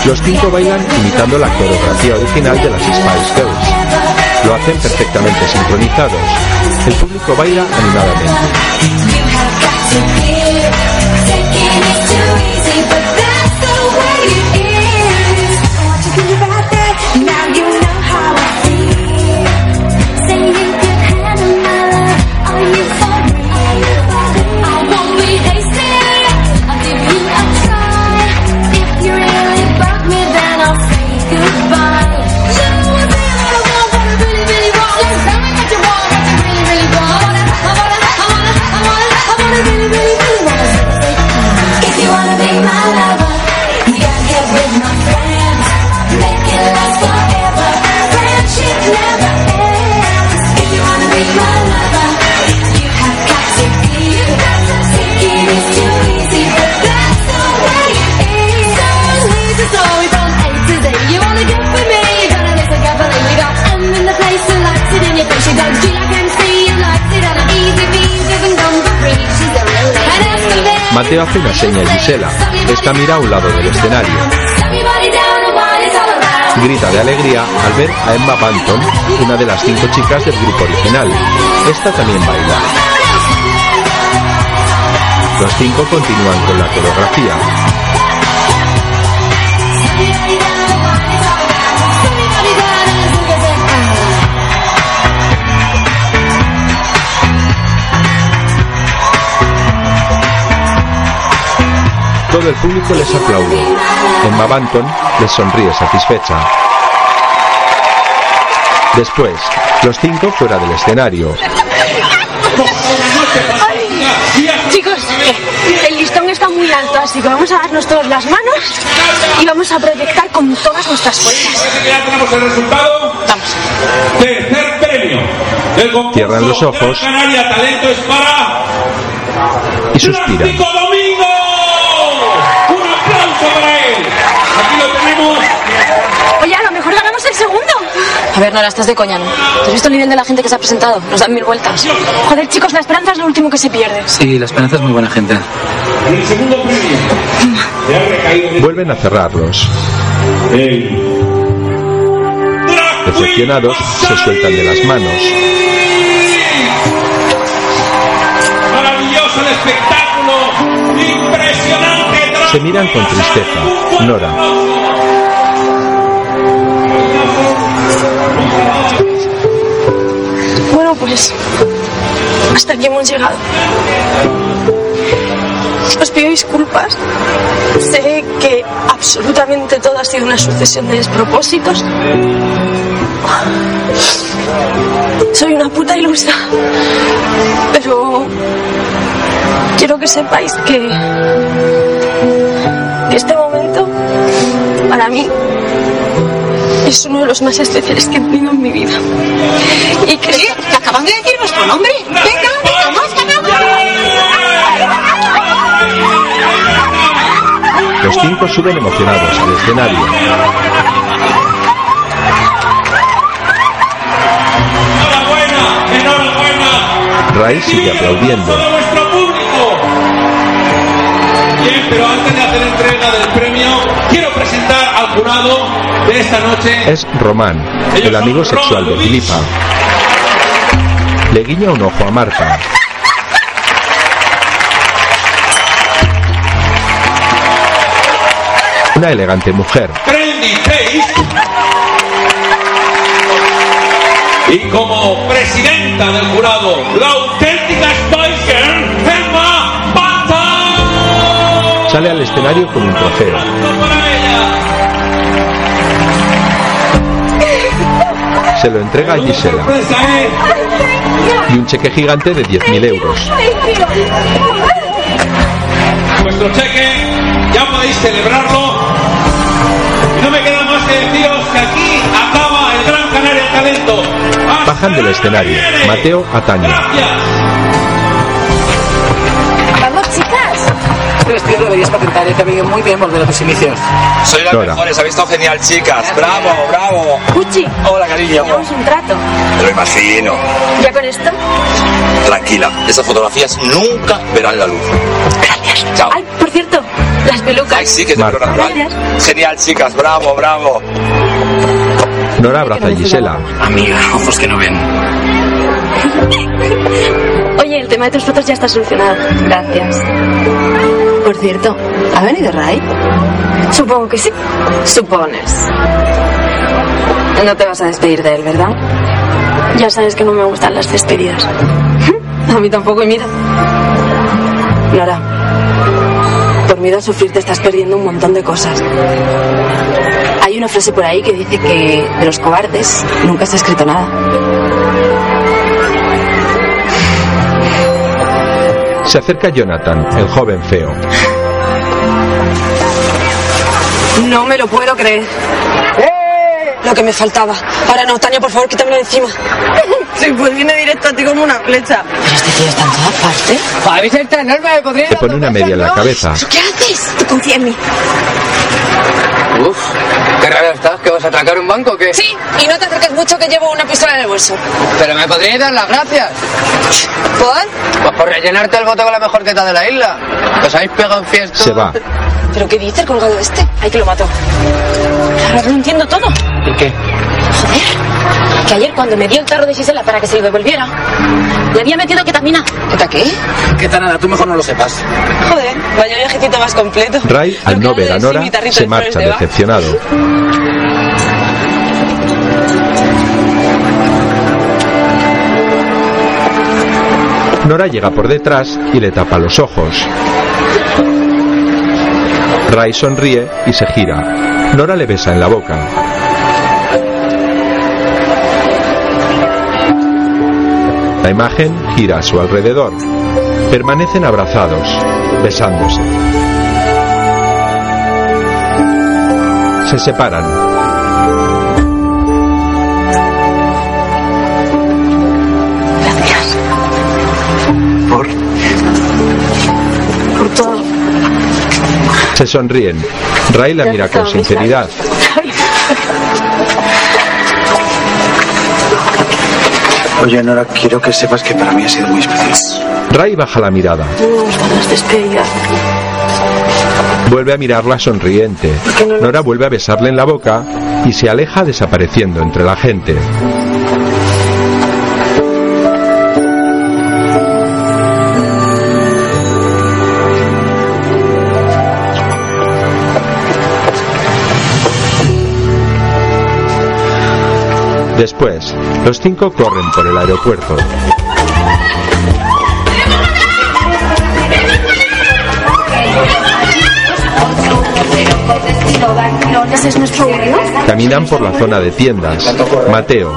Los cinco bailan imitando la coreografía original de las Spice Girls. Lo hacen perfectamente sincronizados. El público baila animadamente. If you te hace una seña a Gisela. Esta mira a un lado del escenario. Grita de alegría al ver a Emma Banton, una de las cinco chicas del grupo original. Esta también baila. Los cinco continúan con la coreografía. Todo el público les aplaude. Emma Banton les sonríe satisfecha. Después, los cinco fuera del escenario. Chicos, el listón está muy alto, así que vamos a darnos todos las manos y vamos a proyectar con todas nuestras fuerzas. Ya tenemos el resultado. Tercer premio. El concurso Cierran los ojos. Gran Canaria Talento es para Y suspiran. Francisco Domingo. Un aplauso para él. Aquí lo tenemos. Oye, a lo mejor ganamos el segundo. A ver, Nora, estás de coña, ¿no? ¿Te has visto el nivel de la gente que se ha presentado? Nos dan mil vueltas. Joder, chicos, la esperanza es lo último que se pierde. Sí, la esperanza es muy buena gente. El segundo premio. Le ha recaído de- Vuelven a cerrarlos. Decepcionados, se sueltan de las manos. Maravilloso el espectáculo. Impresionante. Se miran con tristeza. Nora. Bueno, pues hasta aquí hemos llegado. Os pido disculpas. Sé que absolutamente todo ha sido una sucesión de despropósitos. Soy una puta ilusa. Pero quiero que sepáis que, que este momento para mí es uno de los más especiales que he tenido en mi vida. ¿Y qué? ¿Te acaban de decir nuestro nombre? ¡Venga, vamos, Los cinco suben emocionados al escenario. Ray sigue aplaudiendo. nuestro público. Bien, pero antes de hacer entrega del premio, quiero presentar al jurado de esta noche. Es Román, el amigo sexual de Filipa. Le guiña un ojo a Marta. Una elegante mujer. 36. Y como presidenta del jurado, la auténtica Spiker, Emma Pata. Sale al escenario con un trofeo. Se lo entrega a Gisela y un cheque gigante de 10.000 euros. Vuestro cheque, ya podéis celebrarlo. Y no me queda más que deciros que aquí acaba el Gran Canaria Talento. Bajan del escenario. Mateo ataña. ¡Vamos, chicas! Tres tíos Este deberías patentar, ¿eh? te ha venido muy bien volver a tus inicios. Soy las Nora. mejores, habéis estado genial, chicas. Bravo, bravo. Puchi. Hola, cariño. Tenemos un trato. Lo imagino. ¿Ya con esto? Tranquila, esas fotografías nunca verán la luz. Gracias. Chao. Ay, por cierto, las pelucas. Ay, sí, que es de pelo natural. Genial, chicas. Bravo, bravo. Nora abraza a Gisela. Amiga, ojos que no ven. Oye, el tema de tus fotos ya está solucionado. Gracias. Por cierto, ¿ha venido Ray? Supongo que sí. Supones. No te vas a despedir de él, ¿verdad? Ya sabes que no me gustan las despedidas. A mí tampoco, y mira. Nora, por miedo a sufrir te estás perdiendo un montón de cosas. Hay una frase por ahí que dice que de los cobardes nunca se ha escrito nada. Se acerca Jonathan, el joven feo. No me lo puedo creer. Lo que me faltaba. Ahora no, Tania, por favor, quítamelo de encima. Sí, pues viene directo a ti como una flecha. este ¿Habéis entrado enorme? Me podría Se pone una media en la cabeza. ¿Qué haces? Tú confía en mí. Uf, qué raro estás? ¿Que vas a atracar un banco o qué? Sí, y no te acerques mucho que llevo una pistola en el bolso. Pero me podrías dar las gracias. ¿Por? Pues por rellenarte el bote con la mejor teta de la isla. Os habéis pegado en fiesta. Se va. ¿Pero qué dice el colgado este? Ay, que lo mató. Ahora lo entiendo todo. ¿Y qué? Joder, que ayer cuando me dio el tarro de Gisela para que se lo devolviera, le había metido ketamina. ¿Qué qué? ¿Qué tal nada? Tú mejor no lo sepas. Joder, vaya viajecito más completo. Ray, al no ver a Sí, Nora, mi tarrito se de flores marcha de Bach. decepcionado. Nora llega por detrás y le tapa los ojos. Ray sonríe y se gira. Nora le besa en la boca. La imagen gira a su alrededor. Permanecen abrazados, besándose. Se separan. Gracias. Por. Por todo. Se sonríen. Ray la mira con sinceridad. Oye, Nora, quiero que sepas que para mí ha sido muy especial. Ray baja la mirada. Las despedidas. Vuelve a mirarla sonriente. Nora vuelve a besarle en la boca y se aleja desapareciendo entre la gente. Después, los cinco corren por el aeropuerto. ¿Ese es nuestro vuelo? Caminan por la zona de tiendas. Mateo,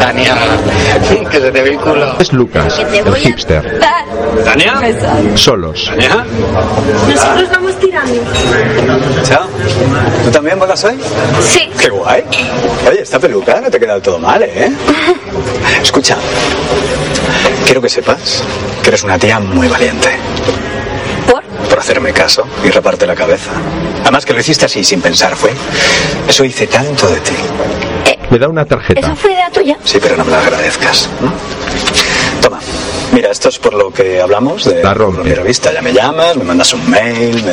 Tania, que se te ve el culo. Es Lucas, el hipster. ¿Tania? Solos. ¿Tania? Nosotros vamos tirando. Chao. ¿Tú también votas hoy? Sí. Qué guay. Oye, esta peluca no te ha quedado todo mal, ¿eh? Escucha, quiero que sepas que eres una tía muy valiente. ¿Por? Por hacerme caso y reparte la cabeza. Además que lo hiciste así sin pensar, fue. Eso hice tanto de ti. Me da una tarjeta. ¿Eso fue idea tuya? Sí, pero no me la agradezcas. ¿no? Toma. Mira, esto es por lo que hablamos de la revista. Ya me llamas, me mandas un mail, me...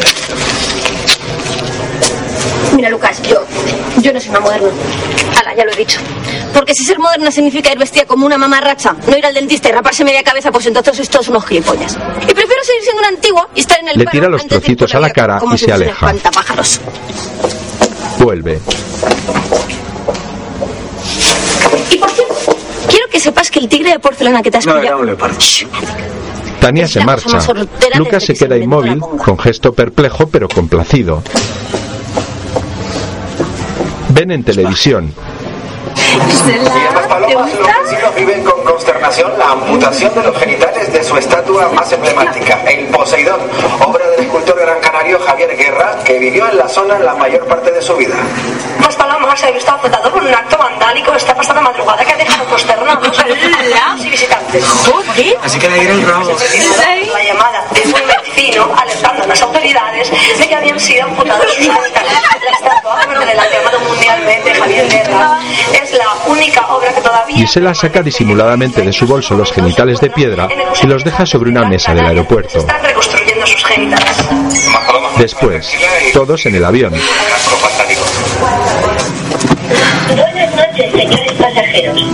Mira, Lucas, yo, yo no soy una moderna. Ala, ya lo he dicho. Porque si ser moderna significa ir vestida como una mamarracha, no ir al dentista y raparse media cabeza, pues entonces sois todos unos gilipollas. Y prefiero seguir siendo una antigua y estar en el Le paro tira los antes de trocitos a la cara como y si se fuese aleja. un espantapájaros. Vuelve. Y por cierto, quiero que sepas que el tigre de porcelana que te has pillado... Tania se marcha. Lucas se queda inmóvil, con gesto perplejo pero complacido. Ven en televisión. Las palomas y los vecinos viven con consternación la amputación de los genitales de su estatua más emblemática, el Poseidón, obra del escultor gran canario Javier Guerra, que vivió en la zona la mayor parte de su vida. Las palomas ha estado afectado por un acto vandálico esta pasada madrugada que ha dejado consternados a empleados y visitantes. ¿Qué? Así que de ir el rabo. La llamada de un vecino alertando a las autoridades de que habían sido amputados sus genitales. La estatua de la llamada mundialmente Javier Guerra es la única obra que todavía Gisela saca disimuladamente de su bolso los genitales de piedra y los deja sobre una mesa del aeropuerto. están reconstruyendo sus genitales. Después, todos en el avión. Buenas noches, señores pasajeros.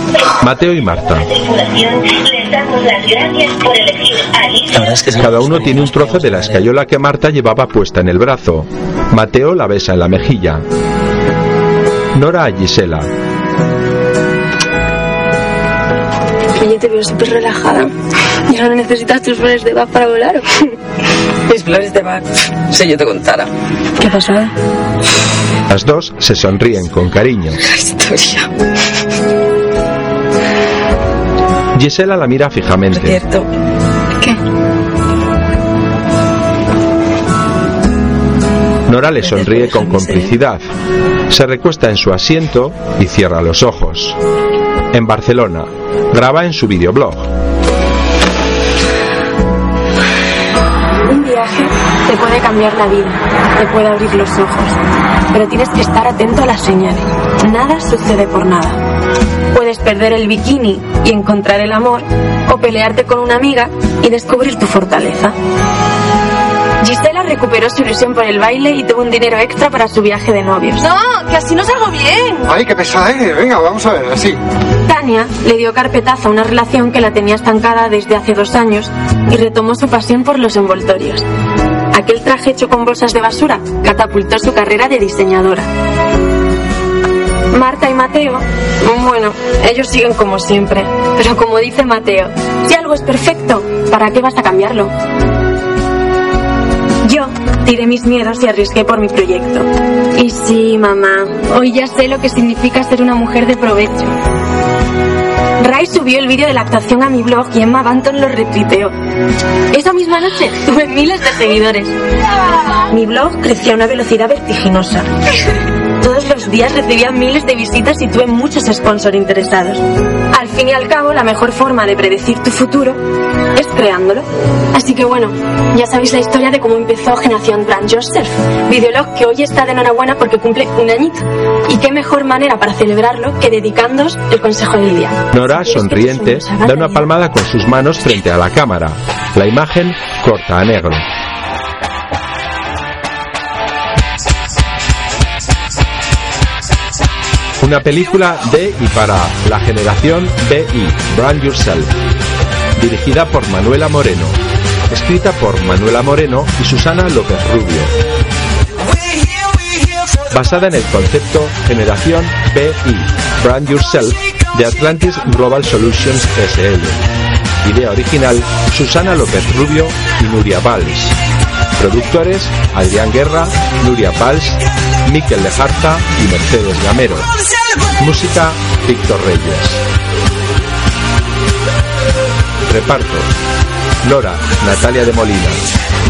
Mateo y Marta. Les damos las gracias por elegir a Cada uno tiene un trozo de la escayola que Marta llevaba puesta en el brazo. Mateo la besa en la mejilla. Nora a Gisela. Que yo te veo súper relajada. Ya no necesitas tus flores de Bach para volar. Mis flores de mar. Si yo te contara. ¿Qué pasada? Las dos se sonríen con cariño. Historia. Gisela la mira fijamente. Nora le sonríe con complicidad. Se recuesta en su asiento y cierra los ojos. En Barcelona, graba en su videoblog. Un viaje Te puede cambiar la vida, te puede abrir los ojos, pero tienes que estar atento a las señales. Nada sucede por nada. Puedes perder el bikini y encontrar el amor, o pelearte con una amiga y descubrir tu fortaleza. Gisela recuperó su ilusión por el baile y tuvo un dinero extra para su viaje de novios. No, que así no salgo bien. Ay, qué pesada eres. Venga, vamos a ver, así. Tania le dio carpetazo a una relación que la tenía estancada desde hace dos años y retomó su pasión por los envoltorios. Aquel traje hecho con bolsas de basura catapultó su carrera de diseñadora. Marta y Mateo, bueno, ellos siguen como siempre, pero como dice Mateo, si algo es perfecto, ¿para qué vas a cambiarlo? Yo tiré mis miedos y arriesgué por mi proyecto. Y sí, mamá, hoy ya sé lo que significa ser una mujer de provecho. Ray subió el vídeo de la actuación a mi blog y Emma Banton lo retuiteó. Esa misma noche tuve miles de seguidores. Mi blog creció a una velocidad vertiginosa. Todos los días recibía miles de visitas y tuve muchos sponsors interesados. Al fin y al cabo, la mejor forma de predecir tu futuro es creándolo. Así que bueno, ya sabéis la historia de cómo empezó Generación Brand Yourself, videolog que hoy está de enhorabuena porque cumple un añito. Y qué mejor manera para celebrarlo que dedicándoos el consejo de Lidia. Nora, sonriente, da una palmada con sus manos frente a la cámara. La imagen corta a negro. Una película de y para la generación BI, Brand Yourself. Dirigida por Manuela Moreno. Escrita por Manuela Moreno y Susana López Rubio. basada en el concepto Generación BI, Brand Yourself, de Atlantis Global Solutions SL. Idea original, Susana López Rubio y Nuria Valls. Productores, Adrián Guerra, Nuria Valls, Miquel Lejarza y Mercedes Gamero. Música, Víctor Reyes. Reparto. Nora, Natalia de Molina.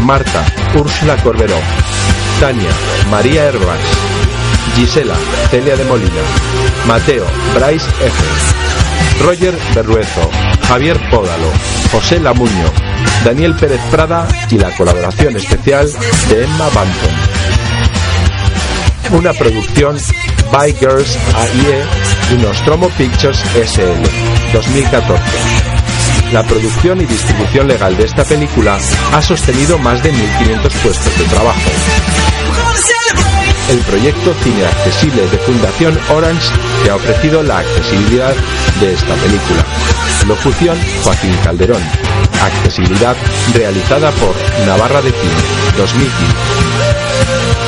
Marta, Úrsula Corberó. Tania, María Herbas. Gisela, Celia de Molina. Mateo, Bryce F. Roger Berruezo, Javier Pódalo, José Lamuño, Daniel Pérez Prada y la colaboración especial de Emma Banton. Una producción by Girls AIE y Nostromo Pictures SL 2014. La producción y distribución legal de esta película ha sostenido más de 1.500 puestos de trabajo. El proyecto Cine Accesible de Fundación Orange que ha ofrecido la accesibilidad de esta película. Locución Joaquín Calderón. Accesibilidad realizada por Navarra de Cine 2015.